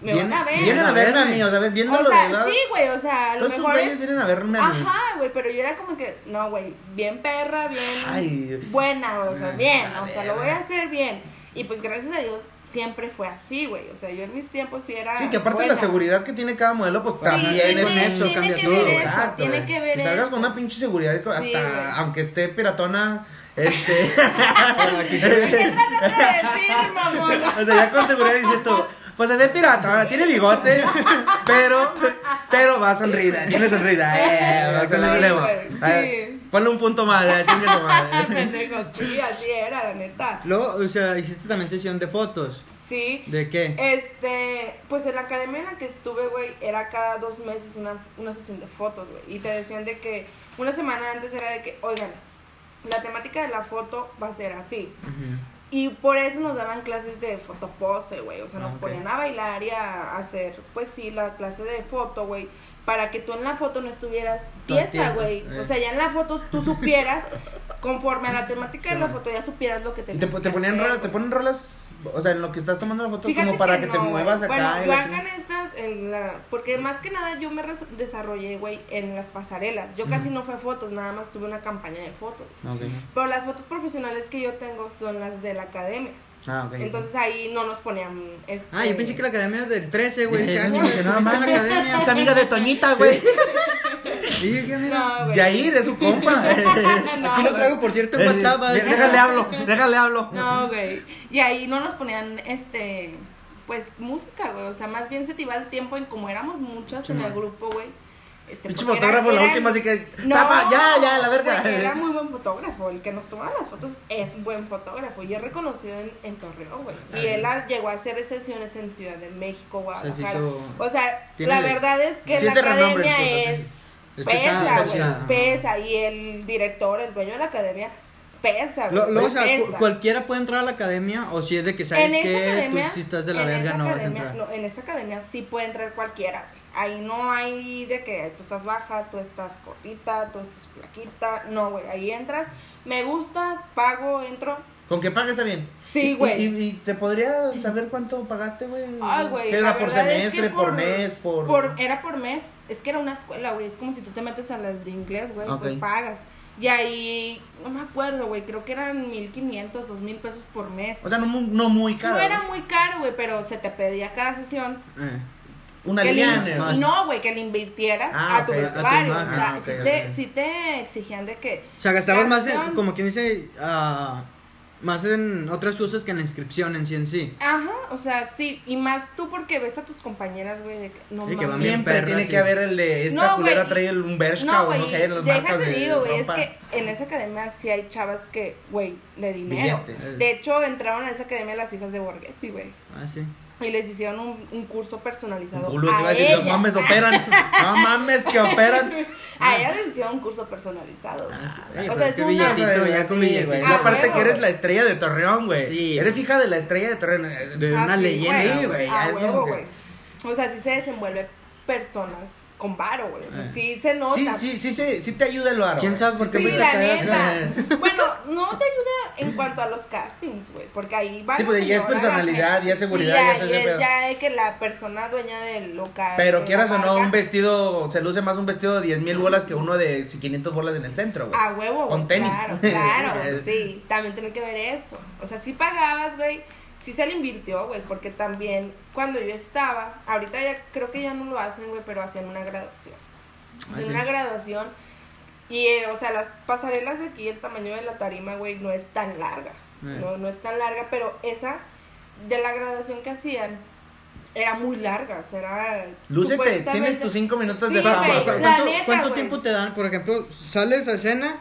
S3: me
S2: Vienen-
S3: van a ver.
S2: Vienen a verme a mí, o sea, vienen a
S3: o
S2: lo de
S3: sea,
S2: la-
S3: sí, güey, o sea, a lo
S2: Todos tus
S3: mejor
S2: güeyes
S3: es...
S2: vienen a verme a mí.
S3: Ajá, güey, pero yo era como que, no, güey, bien perra, bien
S2: Ay.
S3: buena, o sea,
S1: Mm,
S3: bien,
S2: a
S3: o sea,
S2: ver.
S3: lo voy a hacer bien. Y pues gracias a Dios siempre fue así, güey. O sea, yo en mis tiempos sí era.
S2: Sí, que aparte de la
S3: buena.
S2: seguridad que tiene cada modelo, pues
S3: Sí,
S2: también
S3: tiene,
S2: es
S1: eso,
S3: tiene
S1: cambia
S3: que
S1: todo,
S3: ver eso,
S2: Exacto,
S3: tiene
S2: güey.
S3: que ver
S2: Que salgas
S3: eso.
S2: con una pinche seguridad,
S3: Sí,
S2: hasta
S3: güey.
S2: aunque esté piratona, este,
S3: ¿Qué trataste de decir, mamona?
S2: o sea, ya con seguridad dices tú, pues se ve pirata, ahora tiene bigote, pero, pero va sonrida, tiene sonrida, eh, va, se la
S3: Sí,
S2: valemos.
S3: güey,
S2: A ver,
S3: sí.
S2: Ponle un punto más, ya, chingue su madre.
S3: Pendejo, sí, así era, la neta.
S1: Luego, o sea, hiciste también sesión de fotos.
S3: Sí.
S1: ¿De qué?
S3: Este, pues en la academia en la que estuve, güey, era cada dos meses una, una sesión de fotos, güey. Y te decían de que una semana antes era de que, oigan, la temática de la foto va a ser así. Y por eso nos daban clases de fotopose, güey. O sea,
S1: Ah,
S3: nos
S1: ok.
S3: ponían a bailar y a hacer, pues sí, la clase de foto, güey. Para que tú en la foto no estuvieras
S1: Toda
S3: tiesa,
S1: tiesa,
S3: güey.
S1: eh.
S3: O sea, ya en la foto tú supieras conforme a la temática de la foto ya supieras lo que
S2: Y
S3: tenías
S2: te, te
S3: que
S2: ponían
S3: hacer,
S2: rolas, te
S3: güey.
S2: ponen rolas, o sea, en lo que estás tomando la foto,
S3: Fíjate
S2: como para
S3: que
S2: que,
S3: no,
S2: te
S3: güey.
S2: muevas acá.
S3: Bueno,
S2: y
S3: yo
S2: la
S3: acá en
S2: chingada.
S3: estas, en la, porque más que nada yo me res- desarrollé, güey, en las pasarelas. Yo casi no fue fotos, nada más tuve una campaña de fotos.
S2: Ok.
S3: Pero las fotos profesionales que yo tengo son las de la academia.
S2: Ah, ok.
S3: Entonces ahí no nos ponían... Este,
S1: Ah, yo pensé que la academia es del 13, güey.
S2: Eh,
S1: Dije, ah,
S2: no,
S1: chinga,
S2: que
S1: que
S2: nada
S1: no,
S2: más.
S1: la academia.
S2: Es amiga de Toñita, güey.
S1: Y yo dije, mira.
S3: No, güey.
S2: Yair es su compa.
S3: No,
S1: Aquí lo traigo, por cierto, en
S2: Eh,
S1: WhatsApp. va a
S2: dé-
S1: decir.
S2: Déjale hablo, déjale hablo.
S3: No, güey. Y ahí no nos ponían, este, pues, música, güey. O sea, más bien se te iba el tiempo en como éramos muchas en el grupo, güey. Este,
S2: Pinche
S3: porque era-
S2: fotógrafo, la
S3: era-
S2: última, así que.
S3: No,
S2: Papá, ya, ya, la verga.
S3: güey, Era muy buen fotógrafo. El que nos tomaba las fotos es un buen fotógrafo. Y es reconocido en, en Torreón, güey. Y él a- llegó a hacer sesiones en Ciudad de México,
S1: sea, se
S3: Guadalajara.
S1: hizo-
S3: O sea,
S1: tiene-
S3: la verdad es que
S2: sí
S3: la
S2: es de renombre,
S3: academia
S2: entonces,
S3: es.
S2: sí.
S1: Es pesada,
S3: Pesa,
S1: es
S3: güey.
S1: pesada.
S3: Pesa. Y el director, el dueño de la academia, pesa,
S1: Lo-
S3: güey.
S1: lo- o sea, cu-
S3: pesa.
S1: cualquiera puede entrar a la academia o si es de que sabes
S3: En esa
S1: que tú
S3: academia-
S1: si estás de la
S3: en
S1: verga
S3: esa
S1: no vas a
S3: academia-
S1: entrar.
S3: no, en esa academia sí puede entrar cualquiera. güey. Ahí no hay de que tú estás baja, tú estás cortita, tú estás flaquita. No, güey, ahí entras. Me gusta, pago, entro.
S2: Con que pague está bien.
S3: Sí,
S2: Y-
S3: güey.
S2: Y, y se podría saber cuánto pagaste, güey.
S3: Ay, güey.
S2: ¿Qué
S3: la
S2: era por
S3: verdad es que
S2: semestre, por, mes, por.
S3: Era por mes. Es que era una escuela, güey. Es como si tú te metes a la de inglés, güey.
S2: Ok.
S3: Pues pagas. Y ahí, no me acuerdo, güey. Creo que eran 1500, 2000 pesos por mes.
S2: O sea, no, mu- no muy caro.
S3: no era muy caro, güey, pero se te pedía cada sesión.
S1: Eh.
S2: Una
S3: que le-
S2: liana.
S1: no,
S2: güey.
S3: No, güey, que le invirtieras
S2: Ah,
S3: a tu
S2: ok, a tu
S3: vestuario.
S1: imagen.
S3: o sea,
S2: Ah, ok,
S3: si,
S2: ok.
S3: te, si te exigían de que.
S1: O sea, gastabas más, en,
S3: Gastación.
S1: como quien dice, ah, más en otras cosas que en la inscripción en sí en sí.
S3: Ajá, o sea, sí. Y más tú porque ves a tus compañeras, güey, de que no
S1: Y que van
S3: mames.
S1: bien
S2: Siempre
S1: perras,
S2: tiene
S1: sí.
S2: que haber el de esta
S3: No,
S2: culera
S3: güey,
S2: trae el, un Bershka
S3: No,
S2: o
S3: güey,
S2: no sé, las marcas
S3: déjate
S2: de
S3: digo, güey, es
S2: ropa.
S3: que en esa academia sí hay chavas que, güey, de dinero.
S2: Billete. eh.
S3: De hecho, entraron a esa academia las hijas de Borghetti, güey.
S1: Ah, sí.
S3: Y les hicieron un, un curso personalizado.
S2: Culo, te
S3: a
S2: iba a decir, no
S3: ellas.
S2: mames, operan. No mames, que operan.
S3: A ellas les hicieron un curso personalizado. güey.
S2: Ah,
S1: Oye,
S3: o
S1: pero
S3: sea, es
S1: qué
S3: una...
S1: billetito, ya
S2: Sí,
S1: con billetito.
S2: güey. Y
S3: Ah,
S2: aparte
S3: huevo,
S2: que eres
S3: güey.
S2: la estrella de Torreón, güey.
S1: Sí.
S2: Eres hija de la estrella de Torreón. eh,
S1: De una
S3: Ah, sí,
S1: leyenda,
S2: güey.
S1: güey.
S2: güey,
S3: A
S2: es
S3: huevo,
S2: como que-
S3: güey. O sea, sí se desenvuelve personas con varo, güey. O sea,
S1: Eh.
S3: sí se nota.
S2: Sí, sí, sí, sí, sí te ayuda el varo.
S1: ¿Quién
S2: güey.
S1: sabe por qué
S3: Sí,
S1: me
S3: la
S1: cae
S3: neta. bueno, no te ayuda en cuanto a los castings, güey, porque ahí va.
S2: Sí,
S3: la
S2: pues, ya es
S3: señora,
S2: personalidad,
S3: la-
S2: ya es seguridad,
S3: sí,
S2: ya
S3: ahí
S2: es ese
S3: es
S2: pedo.
S3: ya de que la persona dueña del local. de
S2: Pero
S3: la
S2: quieras o no,
S3: marca,
S2: un vestido, se luce más un vestido de 10 mil bolas que uno de 500 bolas en el centro, güey.
S3: A huevo, güey,
S2: Con tenis.
S3: Claro, claro, güey, sí. También tiene que ver eso. O sea, sí pagabas, güey. Sí se le invirtió, güey, porque también cuando yo estaba, ahorita ya creo que ya no lo hacen, güey, pero hacían una graduación.
S1: Ah,
S3: Hacían
S1: sí.
S3: una graduación y, eh, o sea, las pasarelas de aquí, el tamaño de la tarima, güey, no es tan larga.
S1: Eh.
S3: No, no es tan larga, pero esa de la graduación que hacían era muy larga, o sea, era...
S2: Lúcete, tienes
S3: supuestamente-
S2: tus 5 minutos
S3: Sí,
S2: de fama.
S3: güey,
S2: güey.
S3: la
S1: ¿Cuánto,
S3: neta,
S1: cuánto
S3: güey.
S1: tiempo te dan? Por ejemplo, sales a escena,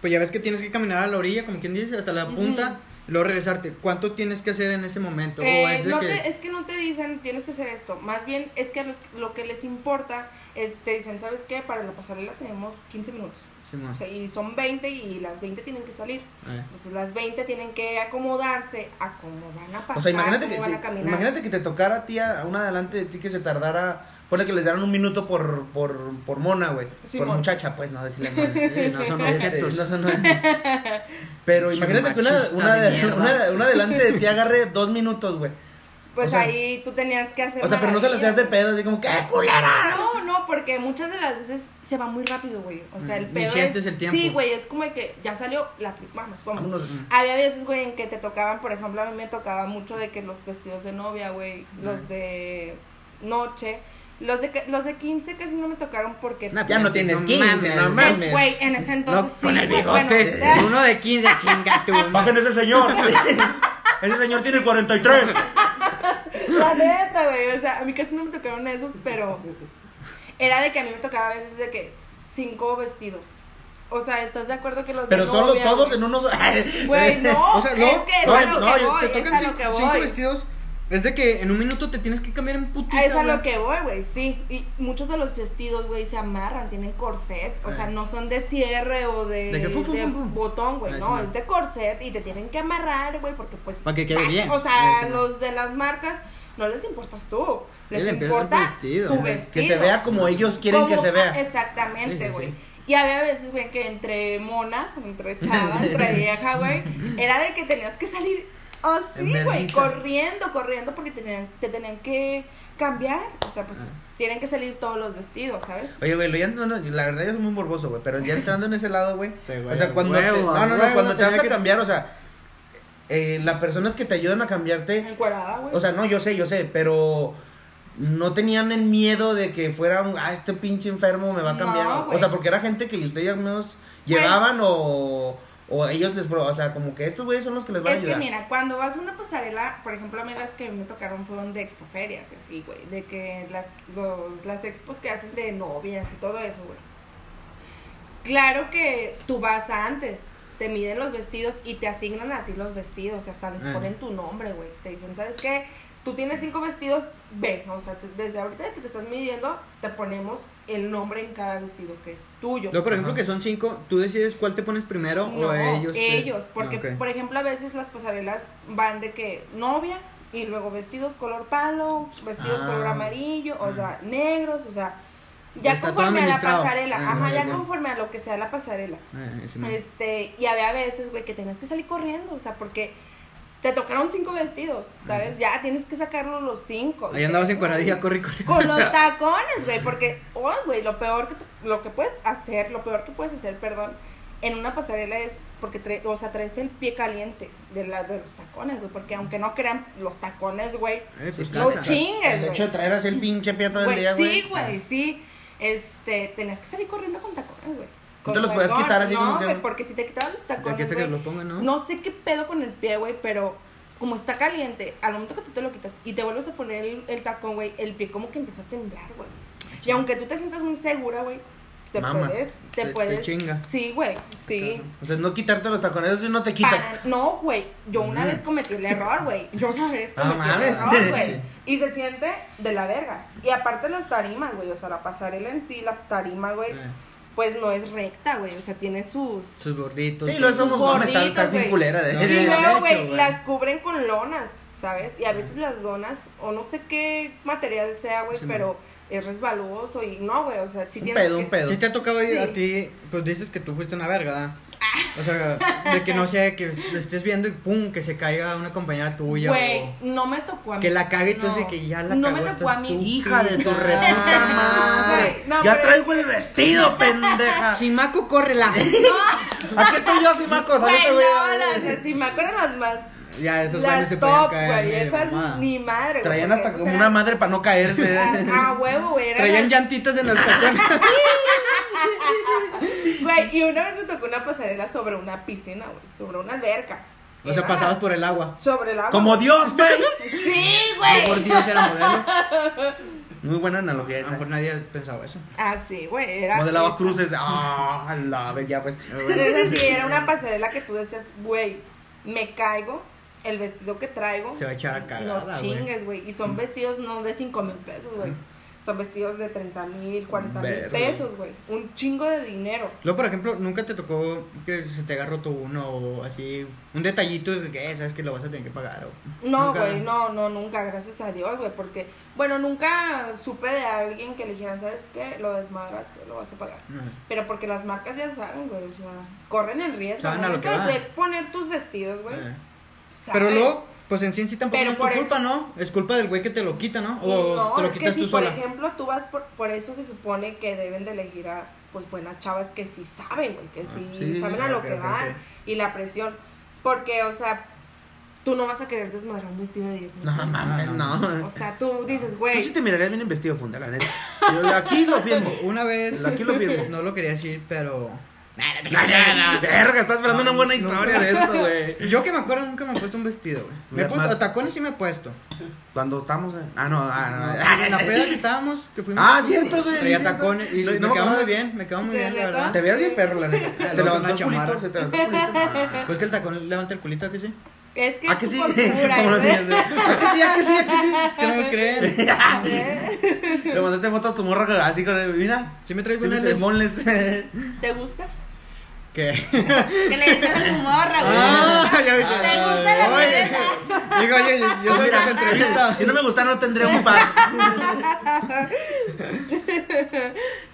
S1: pues ya ves que tienes que caminar a la orilla, como quien dice, hasta la punta,
S3: Ujú.
S1: luego regresarte. ¿Cuánto tienes que hacer en ese momento? o
S3: Eh,
S1: es de
S3: no
S1: que...
S3: te- es que no te dicen tienes que hacer esto. Más bien es que a los, lo que les importa es te dicen, ¿sabes qué? Para la pasarela tenemos 15 minutos.
S1: Simón.
S3: O sea, y son 20 y las 20 tienen que salir.
S1: Eh.
S3: Entonces las 20 tienen que acomodarse a cómo van a pasar.
S2: O sea, imagínate
S3: cómo
S2: que,
S3: van
S2: sí,
S3: a caminar.
S2: imagínate que te tocara a ti, a una adelante de ti, que se tardara. Ponle que les dieran un minuto por, por, por mona, güey.
S3: Sí,
S2: por
S3: mon.
S2: muchacha, pues, no decirle mona.
S1: Sí, no son
S2: Este,
S1: objetos.
S2: no son- Pero
S1: Pinche
S2: imagínate que una,
S1: machista
S2: una,
S1: de mierda.
S2: una- una adelante de ti agarre dos minutos, güey.
S3: Pues
S2: o sea-
S3: ahí tú tenías que hacer.
S2: O sea, pero no se las seas de
S3: maravillas.
S2: pedo, así como, ¡qué culera!
S3: No, no, porque muchas de las veces se va muy rápido, güey. O sea, el
S1: Ni
S2: Mm,
S3: pedo
S1: sientes
S3: es-
S1: el tiempo.
S3: Sí, güey, es como de que ya salió la... pri- Vamos, vamos.
S2: Vámonos.
S1: mm.
S3: Había veces, güey, en que te tocaban, por ejemplo, a mí me tocaba mucho de que los vestidos de novia, güey, los de noche, los de que- los de 15 casi no me tocaron porque
S1: Nah,
S2: Ya no tienes 15, no
S1: mames.
S3: Eh,
S2: mames.
S3: güey, en ese entonces
S1: No,
S3: sí,
S1: con el
S3: güey,
S1: bigote.
S3: bueno,
S1: Uno de 15, chinga tú.
S2: ¡Bajen ese señor! ¡Ese señor tiene 43!
S3: La neta, güey. O sea, a mí casi no me tocaron esos, pero era de que a mí me tocaba a veces de que cinco vestidos. O sea, ¿estás de acuerdo que los
S2: Pero
S3: de
S2: solo
S3: novia,
S2: todos
S3: güey?
S2: en unos.
S3: Güey, no.
S1: O sea, no,
S3: es que es
S2: no,
S3: a lo
S2: no,
S3: que
S2: yo-
S3: voy,
S1: te
S3: es
S1: tocan
S3: a
S1: cinco,
S3: lo que voy.
S1: cinco vestidos. Es de que en un minuto te tienes que cambiar en putiza.
S3: A eso a
S1: güey.
S3: lo que voy, güey, sí. Y muchos de los vestidos, güey, se amarran, tienen corset. O sea,
S1: Eh.
S3: no son de cierre o de,
S1: De que fu, fu,
S3: de
S1: fu, fu.
S3: botón, güey.
S1: Ah,
S3: No,
S1: sí,
S3: es de corset y te tienen que amarrar, güey, porque pues...
S1: Pa' que quede
S3: vas-
S1: bien.
S3: O sea,
S1: Sí, sí.
S3: los de las marcas no les importas tú. Les
S1: le empieza el
S3: importa
S1: vestido,
S3: tu
S1: güey.
S3: vestido.
S2: Que se vea como ellos quieren que
S3: Como- ah,
S2: se vea.
S3: Exactamente,
S1: Sí, sí,
S3: güey.
S1: sí.
S3: Y Y había veces, güey, que entre mona, entre chava, entre vieja, güey, era de que tenías que salir así,
S2: En
S3: güey,
S2: vergüenza.
S3: corriendo, corriendo, porque tenían, te tenían que cambiar. O sea, pues tienen que salir todos los vestidos, ¿sabes?
S2: Oye, güey, lo ya entrando- la verdad yo soy muy morboso, güey, pero ya entrando en ese lado, güey,
S1: Sí, güey,
S2: o sea, cuando
S1: huevo,
S2: te, no, no, no,
S1: huevo,
S2: cuando te
S1: tenía
S2: vas a
S1: que-
S2: cambiar, o sea, eh, las personas que te ayudan a cambiarte,
S3: Encuadrada, güey.
S2: o sea, no, yo sé, yo sé, pero no tenían el miedo de que fuera un, ah, este pinche enfermo me va a cambiar,
S3: No,
S2: o
S3: güey.
S2: sea, porque era gente que ustedes ya menos
S3: Pues-
S2: llevaban o, o ellos les, pro- o sea, como que estos güeyes son los que les van a
S3: Es que
S2: ayudar.
S3: mira, cuando vas a una pasarela, por ejemplo, a mí las que me tocaron fueron de expoferias y así, güey. De que las, los- las expos que hacen de novias y todo eso, güey. Claro que tú vas antes, te miden los vestidos y te asignan a ti los vestidos. Hasta les
S2: Eh.
S1: Ajá.
S3: ponen tu nombre, güey. Te dicen, ¿sabes qué? Tú tienes cinco vestidos, ve. O sea, te- desde ahorita que te estás midiendo, te ponemos el nombre en cada vestido que es tuyo.
S1: No, por ejemplo,
S2: Ajá.
S1: que son cinco, ¿tú decides cuál te pones primero
S3: No,
S1: o ellos?
S3: ellos.
S1: te-
S3: porque
S1: Ah, ok.
S3: por ejemplo a veces las pasarelas van de que novias y luego vestidos color palo, vestidos
S1: Ah.
S3: color amarillo, o
S1: Ah.
S3: sea, negros, o sea,
S1: Ya
S3: ya
S1: está todo
S3: conforme a la
S1: administrado.
S3: pasarela,
S1: Ah,
S3: ajá,
S1: ya,
S3: ya
S1: ya.
S3: conforme a lo que sea la pasarela.
S1: Eh, sí, no.
S3: Este, y había veces, güey, que tenías que salir corriendo, o sea, porque te tocaron cinco vestidos, ¿sabes? Ya tienes que sacarlos los cinco.
S1: Ahí andabas
S3: Y te-
S1: encueradilla, corre, corre.
S3: con los tacones, güey, porque, oh, güey, lo peor que, te- lo que puedes hacer, lo peor que puedes hacer, perdón, en una pasarela es porque, trae- o sea, traes el pie caliente de, la, de los tacones, güey, porque aunque no crean los tacones, güey,
S1: Eh, pues,
S3: no
S1: calza.
S3: chingues,
S2: El
S3: güey.
S2: hecho de traer así el pinche pie todo el
S3: Güey,
S2: día, güey.
S3: sí, güey, sí, este, tenías que salir corriendo con tacones, güey.
S2: ¿No
S3: Con
S2: te los podías
S3: tacón,
S2: quitar así como
S3: No,
S2: que-
S3: güey, porque si te quitabas los
S1: Ya que
S3: tacones,
S1: hasta que
S3: güey,
S1: lo pongan, ¿no?
S3: no sé qué pedo con el pie, güey, pero como está caliente, al momento que tú te lo quitas y te vuelves a poner el, el tacón, güey, el pie como que empieza a temblar, güey. Y aunque tú te sientas muy segura, güey, te
S2: Mamas,
S3: puedes, te,
S1: te- te
S3: puedes.
S1: chinga.
S3: Sí, güey, sí.
S2: O sea, no quitarte los tacones, eso sí no te quitas.
S3: Para- no, güey, yo una vez cometí el error, güey. Yo una vez
S2: No
S3: cometí el
S2: mames.
S3: error, güey. Y se siente de la verga. Y aparte las tarimas, güey, o sea, la pasarela en sí, la tarima, güey,
S1: Eh,
S3: pues no es recta, güey, o sea, tiene sus
S1: Sus gorditos.
S2: Sí, lo
S3: sus
S2: somos mames, está, está
S3: gorditos,
S2: bien
S3: güey.
S2: culera. De,
S1: No,
S2: de-
S1: sí,
S3: Y
S2: de-
S1: hecho,
S3: luego, güey,
S1: güey.
S3: las cubren con lonas, ¿sabes? Y a veces las lonas, o no sé qué material sea, güey,
S1: Sí,
S3: pero es resbaloso y no, güey, o sea, sí
S2: Un
S3: tienes
S2: pedo,
S3: que-
S2: un pedo.
S1: Si te ha tocado
S3: Sí. Ah.
S1: a ti, pues dices que tú fuiste una verga, ¿da? O sea, de que no sé, que lo estés viendo y pum, que se caiga una compañera tuya.
S3: Güey,
S1: o-
S3: no me tocó a mí.
S1: Que la cague y tú
S3: No.
S1: así que ya la
S3: No
S1: cagó
S3: me tocó
S1: esta
S3: a mí.
S2: Hija de tu
S1: estúpida.
S2: reputa madre.
S3: Güey, no,
S2: ya
S3: pero-
S2: traigo el vestido, pendeja.
S1: Si Maco, córrela.
S2: Aquí estoy yo, Simacos.
S1: Pues,
S3: Güey,
S2: ahorita voy a-
S3: no, las de- si me acuerdo las más.
S1: ya, esos güeyes
S3: las
S1: se podían
S3: tops,
S1: caer.
S3: güey,
S1: eh,
S3: esas
S1: mamá.
S3: ni madre, güey.
S2: Traían
S3: porque
S2: hasta
S3: esas
S2: como
S3: eran-
S2: una madre para no caerse. ¿eh?
S3: A, a huevo, güey. eran
S1: Traían
S3: las-
S1: llantitas en los tacones.
S3: Güey, y una vez me tocó una pasarela sobre una piscina, güey, sobre una alberca.
S1: o sea,
S3: Era
S1: pasabas por el agua.
S3: Sobre el agua.
S2: Como Dios, güey.
S3: Sí,
S1: A lo
S3: güey.
S1: mejor Dios era modelo.
S2: Muy buena analogía.
S1: A lo
S2: esa.
S1: mejor nadie pensaba eso.
S3: Ah, sí, güey, era.
S2: Modelaba
S3: esa.
S2: cruces. Ah, la ver, ya pues.
S3: Entonces, sí, era una pasarela que tú decías, güey, me caigo, el vestido que traigo.
S1: Se va a echar a cagada,
S3: No
S1: güey.
S3: chingues, güey. Y son vestidos no de 5 mil pesos, güey. Son vestidos de 30 mil, 40 mil
S2: Verga.
S3: pesos, güey. Un chingo de dinero.
S1: Luego, por ejemplo, nunca te tocó que se te agarró tu uno o así, un detallito de que eh, sabes que lo vas a tener que pagar. O...
S3: No,
S1: Nunca.
S3: güey, no, no, nunca, gracias a Dios, güey, porque, bueno, nunca supe de alguien que le dijeran, ¿sabes qué? Lo desmadraste, lo vas a pagar.
S1: No.
S3: Pero porque las marcas ya saben, güey, o sea, corren el riesgo.
S1: Saben
S3: al
S1: a lo
S3: momento
S1: que
S3: de
S1: van.
S3: tú exponer tus vestidos, güey.
S1: Eh.
S3: sabes.
S1: Pero luego, pues en sí, en sí tampoco
S3: Pero
S1: es tu
S3: por eso-
S1: culpa, ¿no? Es culpa del güey que te lo quita, ¿no? O
S3: no,
S1: te lo
S3: es que
S1: quitas
S3: si
S1: tú
S3: por
S1: sola.
S3: ejemplo tú vas por, por eso se supone que deben de elegir a pues buenas chavas que sí saben, güey, que sí,
S1: Ah, sí, sí,
S3: saben
S1: sí,
S3: a lo
S1: ok,
S3: que
S1: ok,
S3: van
S1: ok.
S3: y la presión, porque o sea, tú no vas a querer desmadrar un vestido de 10 mil
S2: No
S3: pesos.
S2: mames, no.
S3: O sea, tú dices,
S2: Tú
S3: güey,
S2: sí te mirarías bien en vestido de funda, la neta. Yo aquí lo firmo.
S1: Una vez,
S2: Pues Aquí lo firmo.
S1: no lo quería decir, pero.
S2: Verga, estás esperando una buena historia de esto, güey.
S1: Yo que me acuerdo nunca me he puesto un vestido, güey. Me he
S2: Más-
S1: puesto tacones sí me he puesto.
S2: Cuando estamos en... Ah, no, ah, no.
S1: No, en la peda que estábamos, que fuimos.
S2: Ah, cierto, güey,
S1: Traía
S2: cierto.
S1: tacones y
S2: No,
S1: me
S2: no me
S1: quedó muy
S2: acordaba.
S1: bien, me quedó muy
S3: ¿De
S1: bien, la
S3: neta?
S1: verdad.
S2: Te veías bien perro, la neta. Te
S1: Luego
S2: levantó
S1: una
S2: el
S1: chamarra.
S2: culito, se te levantó el culito.
S1: Pues que el tacón levanta el culito, ¿a que sí?
S3: es que
S2: ¿A
S3: es
S2: que
S3: tu
S2: sí?
S3: postura,
S2: Como los
S3: ¿eh?
S2: niños de, ¿A que sí? ¿A que sí? ¿A que sí?
S1: Es que no me creen.
S3: ¿Eh?
S2: Le mandaste fotos a tu morra así con el... Mira.
S1: Si me traigo
S2: Sí,
S1: una
S2: de
S1: les...
S2: monles.
S3: ¿Te gusta?
S1: ¿Qué?
S3: Que le dices a tu morra, güey.
S1: Ah, ya
S3: ¿Te gusta la
S1: Oye, digo, oye, yo- yo soy de
S2: Mira.
S1: esa entrevista.
S2: Si no me gusta, no tendré un par.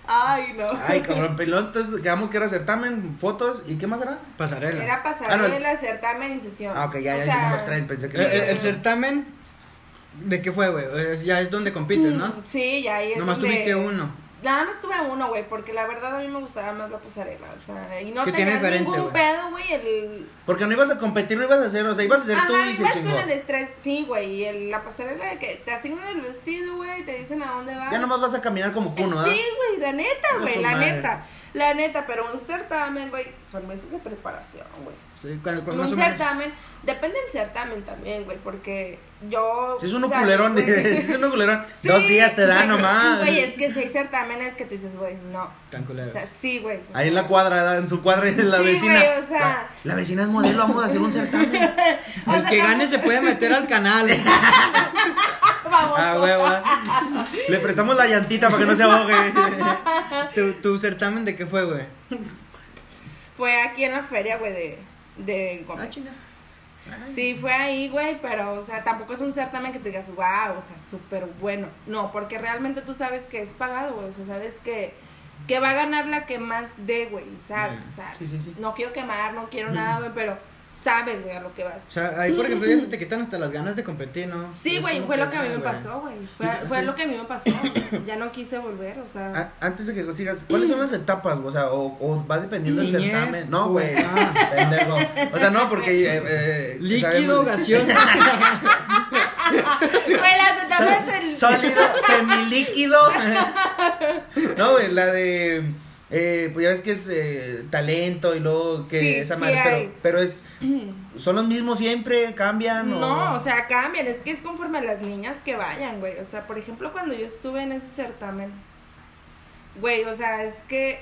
S3: Ay, no.
S1: Ah.
S2: Ay, cabrón, pelón. Entonces quedamos que era certamen, fotos y qué más era.
S1: Pasarela.
S3: Era
S2: Ah,
S3: pasarela, certamen y sesión.
S2: Ah, ok, ya,
S3: O
S2: ya
S3: sea,
S2: hicimos los tres. Pensé que
S1: Eh, eh,
S2: era.
S1: el, certamen, ¿de qué fue, güey? Es- ya es donde compites, ¿no?
S3: mm, Sí, ya ahí es
S1: Nomás
S3: donde-
S1: tuviste uno.
S3: Nada más tuve uno, güey, porque la verdad a mí me gustaba más la pasarela, o sea, y no
S1: ¿Qué tiene
S3: tenías
S1: diferente,
S3: ningún
S1: güey?
S3: pedo, güey, el...
S2: Porque no ibas a competir, no ibas a hacer, o sea, ibas a hacer tú
S3: Ajá,
S2: y se
S3: ibas con
S2: chingó.
S3: el estrés, sí, güey, y el- la pasarela de que te asignan el vestido, güey, te dicen a dónde vas.
S2: Ya nomás vas a caminar como
S3: Eh,
S2: cuno, ¿verdad?
S3: Sí, güey, la neta,
S2: Chinga
S3: güey,
S2: su
S3: la
S2: madre.
S3: neta, la neta, pero un certamen, güey, son meses de preparación, güey.
S1: Sí, cuando-
S2: Pues
S1: cuando más
S3: un
S1: o menos.
S3: certamen, depende del certamen también, güey, porque yo...
S2: Sí, es un
S3: o sea,
S2: culerón,
S3: güey,
S2: es un culerón.
S3: sí,
S2: Dos días te dan
S3: güey,
S2: nomás.
S3: Güey, es que si hay certámenes que tú dices, güey, no.
S1: Tan
S3: O
S1: culero.
S3: sea, sí, güey.
S2: Ahí en la cuadra, en su cuadra, en la
S3: Sí,
S2: vecina.
S3: güey, o sea-
S2: la, la vecina es modelo, vamos a hacer un certamen.
S3: O
S1: el
S3: sea,
S1: que
S3: no-
S1: gane se puede meter al canal. güey.
S3: Vamos.
S2: Ah, güey, güey. Le prestamos la llantita para que no se ahogue.
S1: ¿Tu, tu certamen de qué fue, güey?
S3: Fue aquí en la feria, güey, de, de Gómez.
S1: Ah, chinga.
S3: Sí, fue ahí, güey, pero, o sea, tampoco es un certamen que te digas, wow, o sea, súper bueno. No, porque realmente tú sabes que es pagado, güey, o sea, sabes que, que va a ganar la que más dé, güey, ¿sabes?
S1: Mm,
S3: ¿sabes?
S2: sí, sí, sí.
S3: No quiero quemar, no quiero nada, güey, pero sabes, güey, a lo que vas.
S1: O sea, ahí por ejemplo ya se te quitan hasta las ganas de competir, ¿no?
S3: Sí,
S1: Es
S3: güey,
S1: como
S3: fue lo que a mí me
S1: güey.
S3: pasó, güey. Fue,
S1: Y-
S3: fue
S1: sí.
S3: lo que a mí me pasó. Ya no quise volver, o sea.
S2: A- Antes de que consigas, ¿cuáles son las etapas? O sea, o, o va dependiendo del
S1: Niñez,
S2: certamen. No, güey. Ah,
S1: pubertad.
S2: pendejo. O sea, no, porque. eh, eh,
S1: Líquido,
S2: sabemos-
S1: gaseoso.
S3: Güey, las etapas del-
S2: Sólido, semilíquido. no, güey, la de. eh, pues ya ves que es eh, talento y luego que
S3: Sí,
S2: esa
S3: sí
S2: madre, pero,
S3: hay.
S2: pero es. ¿Son los mismos siempre? ¿Cambian?
S3: No, o sea, cambian. Es que es conforme a las niñas que vayan, güey. O sea, por ejemplo, cuando yo estuve en ese certamen, güey, o sea, es que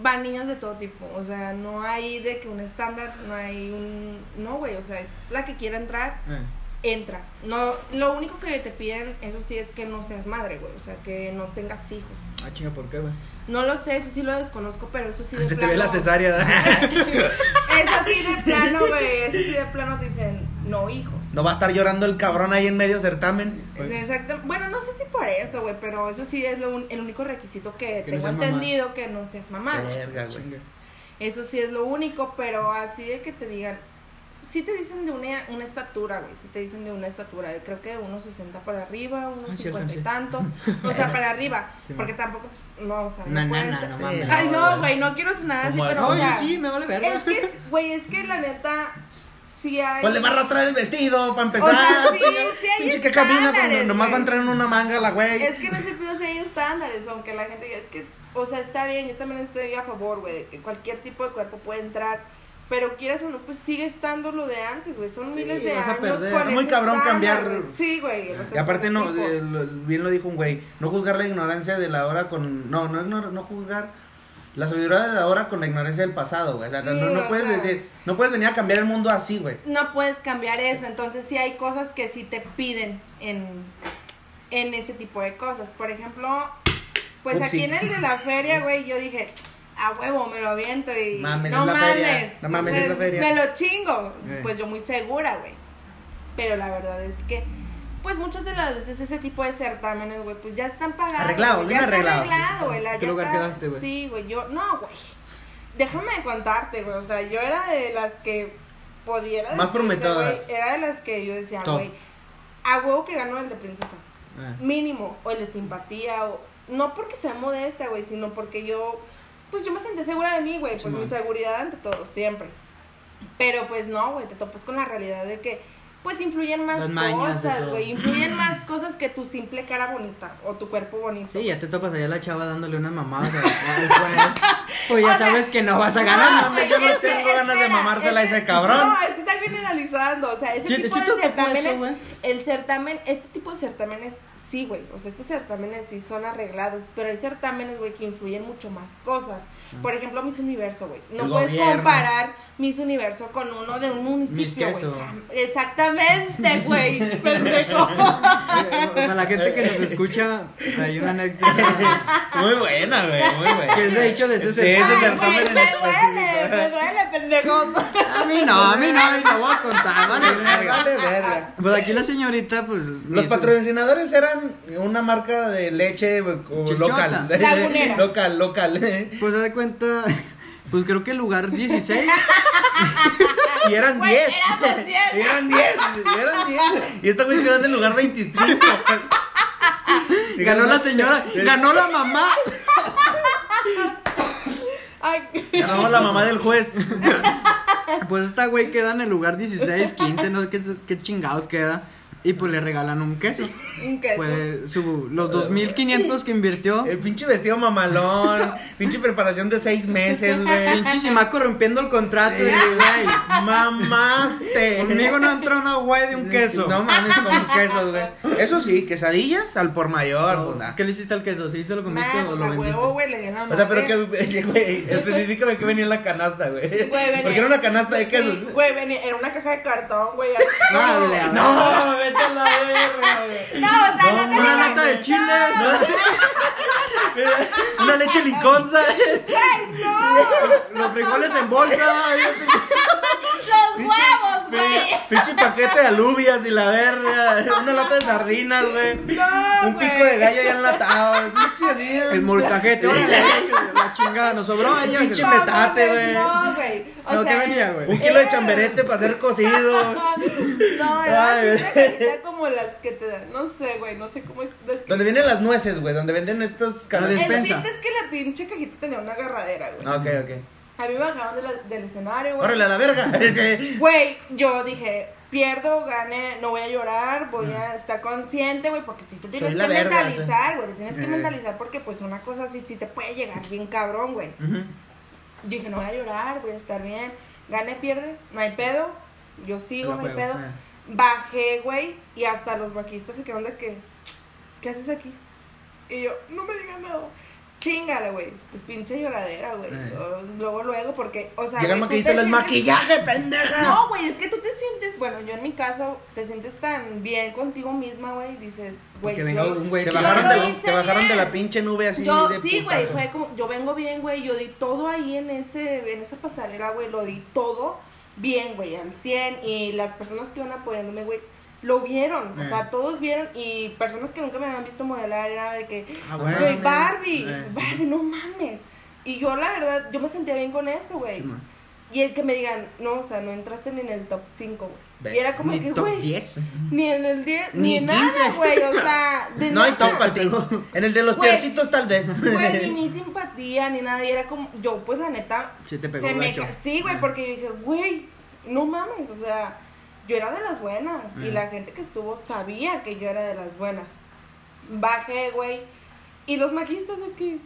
S3: van niñas de todo tipo. O sea, no hay de que un estándar, no hay un. No, güey, o sea, es la que quiera entrar,
S1: Eh,
S3: entra. No, lo único que te piden, eso sí, es que no seas madre, güey. O sea, que no tengas hijos.
S1: Ah, chinga, ¿por qué, güey?
S3: No lo sé, eso sí lo desconozco, pero eso sí de
S2: Se te
S3: plano-
S2: ve la cesárea. ¿verdad?
S3: Eso sí de plano, güey. Eso sí de plano te dicen, no hijos.
S2: No va a estar llorando el cabrón ahí en medio certamen.
S1: Oye.
S3: Exacto. Bueno, no sé si por eso, güey, pero eso sí es lo un- el único requisito que,
S1: Que no Eh.
S3: tengo
S1: sean mamás.
S3: entendido que no seas mamá.
S2: Verga, güey.
S1: Chinga.
S3: Eso sí es lo único, pero así de que te digan, sí te dicen de una, una estatura, güey, sí te dicen de una estatura, de creo que de unos 60 para arriba, unos
S1: Ah, sí
S3: 50
S1: alcancé.
S3: y
S1: Eh,
S3: tantos, o sea, para arriba,
S1: Sí,
S3: porque tampoco, pues, no, o sea,
S1: Una
S3: no pueden-
S1: nana, no mames.
S3: Ay, no,
S2: güey.
S3: güey, no quiero sonar así,
S2: Como-
S3: pero,
S1: No,
S3: o
S1: yo
S3: sea,
S1: sí, me vale verga.
S3: es que, es- güey, es que la neta, sí hay...
S2: Pues le va a arrastrar el vestido para
S3: O
S2: empezar.
S3: sea, sí, sí hay
S2: Pinche que camina, pero
S3: estándares,
S2: nomás va a
S3: güey.
S2: entrar en una manga la güey.
S3: Es que en ese pedo sí hay estándares, aunque la gente diga, es que, o sea, está bien, yo también estoy a favor, güey, de que cualquier tipo de cuerpo puede entrar, pero quieras o no, pues sigue estando lo de antes, güey, son miles de
S1: vas a
S3: años
S1: perder.
S3: con
S2: Es muy
S3: ese
S2: cabrón
S3: estándar,
S2: cambiar-
S3: güey. Sí, güey. los
S2: Y aparte no,
S3: estereotipos.
S2: eh, lo- bien lo dijo un güey, no juzgar la ignorancia de la hora con, no, no, ignor- no juzgar la sabiduría de la hora con la ignorancia del pasado, güey. O sea,
S3: Sí,
S2: no, no
S3: o
S2: puedes
S3: sea.
S2: decir, no puedes venir a cambiar el mundo así, güey.
S3: No puedes cambiar eso, entonces sí hay cosas que sí te piden en, en ese tipo de cosas. Por ejemplo, pues
S2: Upsi.
S3: aquí en el de la feria, güey, yo dije, a huevo, me lo aviento y
S2: Mames,
S3: no
S2: es la
S3: mames,
S2: feria. No mames,
S3: o sea,
S2: es la feria.
S3: me lo chingo.
S1: Eh.
S3: Pues yo muy segura, güey. Pero la verdad es que, pues muchas de las veces ese tipo de certámenes, güey, pues ya están pagados.
S2: Arreglado,
S3: güey,
S2: bien
S3: ya está
S2: arreglado.
S3: arreglado, güey. la-
S1: ¿Qué
S3: ya
S1: lugar
S3: está-
S1: quedaste, güey?
S3: Sí, güey, yo, no, güey. Déjame contarte, güey, o sea, yo era de las que pudiera
S2: Más
S3: decirse,
S2: prometedoras.
S3: güey, Era de las que yo decía,
S1: Top.
S3: güey, a huevo que ganó el de princesa.
S1: Eh.
S3: Mínimo, o el de simpatía, o... No porque sea modesta, güey, sino porque yo... Pues yo me senté segura de mí, güey, pues mi
S1: Simón.
S3: seguridad ante todo, siempre. Pero pues no, güey, te topas con la realidad de que... Pues influyen más
S1: Las mañas de
S3: cosas,
S1: todo.
S3: güey, influyen más cosas que tu simple cara bonita o tu cuerpo bonito.
S1: Sí, ya te topas allá la chava dándole unas mamadas al al juez. Pues ya sabes que no vas a ganar.
S3: No,
S2: mames, yo no
S3: es que,
S2: tengo ganas de mamársela a ese cabrón.
S3: No, es que está generalizando. O sea, ese
S1: Sí,
S3: tipo
S1: sí te
S3: de
S1: tocó
S3: certámenes.
S1: eso, güey.
S3: el certamen, este tipo de certámenes, sí, güey. O sea, estos certámenes sí son arreglados. Pero hay certámenes, güey, que influyen mucho más cosas.
S1: Mm.
S3: Por ejemplo, Miss Universo, güey. No
S2: El
S3: puedes
S2: gobierno.
S3: comparar Miss Universo con uno de un municipio,
S1: Miss
S3: güey.
S1: Queso.
S3: Exactamente, güey. Pendejo.
S1: Eh, Para la gente que nos escucha, hay una anécdota
S2: Muy buena, güey, muy buena.
S1: que es de hecho de ese
S2: De ese
S3: Ay,
S1: certamen.
S2: certamen
S3: güey,
S2: en
S3: me
S2: específico.
S3: duele, me duele, pendejo.
S1: A mí no, a mí no, y no voy a contar, vale,
S2: Verga. Vale, verga.
S1: Pues aquí la señorita, pues. me
S2: Los
S1: hizo-
S2: patrocinadores eran una marca de leche güey, co-
S1: Chichota.
S2: local.
S3: Lagunera.
S2: Local, local.
S1: Pues haz de cuenta. Pues creo que el lugar 16.
S2: Y eran
S3: Güey,
S2: 10.
S3: éramos 10.
S2: Y eran 10. y eran 10. Y esta güey quedó en el lugar 25. Y
S1: ganó la señora. Ganó la mamá.
S3: Ay,
S2: Ganó la mamá del juez.
S1: Pues esta güey queda en el lugar 16, 15, no sé qué, qué chingados queda. Y pues le regalan un queso.
S3: un queso.
S1: Pues su, los 2.500 que invirtió.
S2: El pinche vestido mamalón. Pinche preparación de 6 meses, güey.
S1: Pinche Simaco rompiendo el contrato.
S2: Sí,
S1: y,
S2: güey. Mamaste.
S1: Conmigo no entró una güey de un queso.
S2: No mames, con quesos, güey. Eso sí, quesadillas al por mayor,
S1: No,
S2: puta.
S1: ¿Qué le hiciste al queso? ¿Sí se lo comiste
S3: Man,
S1: o
S3: o
S1: lo
S3: sea,
S1: vendiste?
S3: huevo, güey, le di pues a la
S2: O sea, pero
S3: madre.
S2: que, eh, güey, específicame que venía en la canasta, güey.
S3: Güey, venía-
S2: Porque era una canasta de quesos.
S3: Sí, güey, venía, era una caja de cartón, güey. así.
S1: Dale, a ver.
S2: No, vete a la verga, güey.
S3: No, o sea, no,
S2: No,
S3: te
S1: Una
S2: no,
S1: lata de chiles.
S2: Una leche liconza.
S3: Güey, no.
S1: Los frijoles en bolsa.
S3: Los huevos, güey.
S2: Pinche paquete de alubias y la verga. Una lata de sardinas, güey.
S3: No,
S2: Un
S3: güey.
S2: pico de gallo ya enlatado. Pinche así, güey.
S1: El molcajete. Órale, la chingada. Nos sobró. ahí ya
S2: Pinche
S1: se-
S3: No,
S2: metate,
S3: mames,
S2: güey.
S3: No, güey. O
S1: No, ¿qué
S3: sea,
S1: venía, güey?
S2: Un kilo de chamberete para ser cocido.
S3: No, era
S2: Ay,
S3: así una cajita como las que te dan. No sé, güey, no sé cómo es. describir.
S2: Donde vienen las nueces, güey. Donde venden estos
S1: La
S2: canales. Ah,
S1: despensa.
S3: El chiste es que la pinche cajita tenía una agarradera, güey.
S2: Ok, ok.
S3: A mí me bajaron de la- del escenario, güey.
S2: Órale a la verga.
S3: Güey, yo dije, pierdo, gane, no voy a llorar, voy a estar consciente, güey, porque si te tienes
S2: la
S3: que
S2: verga,
S3: mentalizar, güey, te tienes que
S1: Eh.
S3: mentalizar porque pues una cosa así sí te puede llegar bien cabrón, güey.
S2: Ujú.
S3: Yo dije, no voy a llorar, voy a estar bien, gane, pierde, no hay pedo, yo sigo,
S1: La
S3: no hay
S1: juego,
S3: pedo.
S1: eh.
S3: Bajé, güey, y hasta los vaquistas se quedaron de que, ¿qué haces aquí? Y yo, no me digan nada. Chingale, güey. Pues pinche lloradera, güey.
S1: Eh.
S3: Luego, luego, porque, o sea.
S2: Llega
S3: güey, tú
S2: maquillista
S3: te
S2: el
S3: sientes-
S2: maquillaje, pendeja.
S1: Ah.
S3: no, güey, es que tú te sientes, bueno, yo en mi caso, te sientes tan bien contigo misma, güey, dices, güey,
S1: Que venga
S3: yo,
S1: un güey
S2: Te
S1: que-
S2: bajaron,
S3: Yo
S2: de,
S3: lo
S2: la-
S3: hice
S2: te bajaron de
S3: bien.
S2: la pinche nube así.
S3: yo
S2: de
S3: sí, güey,
S2: putazo.
S3: fue como, yo vengo bien, güey, yo di todo ahí en ese, en esa pasarela, güey, lo di todo bien, güey, al 100, y las personas que iban apoyándome, güey, lo vieron, o
S1: Eh.
S3: sea, todos vieron, y personas que nunca me habían visto modelar, era de que,
S1: Ah,
S3: güey,
S1: bueno.
S2: mames.
S3: Barbie,
S1: Eh, sí.
S3: Barbie, no mames, y yo la verdad, yo me sentía bien con eso, güey,
S1: Sí, man.
S3: y el que me digan, no, o sea, no entraste ni en el top 5, güey.
S2: Ve,
S3: Y era como
S1: Ni
S3: que,
S1: top
S3: güey,
S1: 10.
S3: ni en el 10, ni,
S1: Ni
S3: en nada,
S1: 15.
S3: güey. O sea, de
S2: No hay
S3: nada.
S2: top para ti. En el de los
S3: Güey.
S2: piecitos tal vez.
S3: Güey, ni mi simpatía, ni nada. Y era como, yo, pues la neta.
S1: Se te pegó Pues,
S3: se me
S1: gacho.
S3: ca- Sí, güey, porque yo dije, güey, no mames. O sea, yo era de las buenas. Y
S1: Mm.
S3: la gente que estuvo sabía que yo era de las buenas. Bajé, güey. Y los maquistas aquí.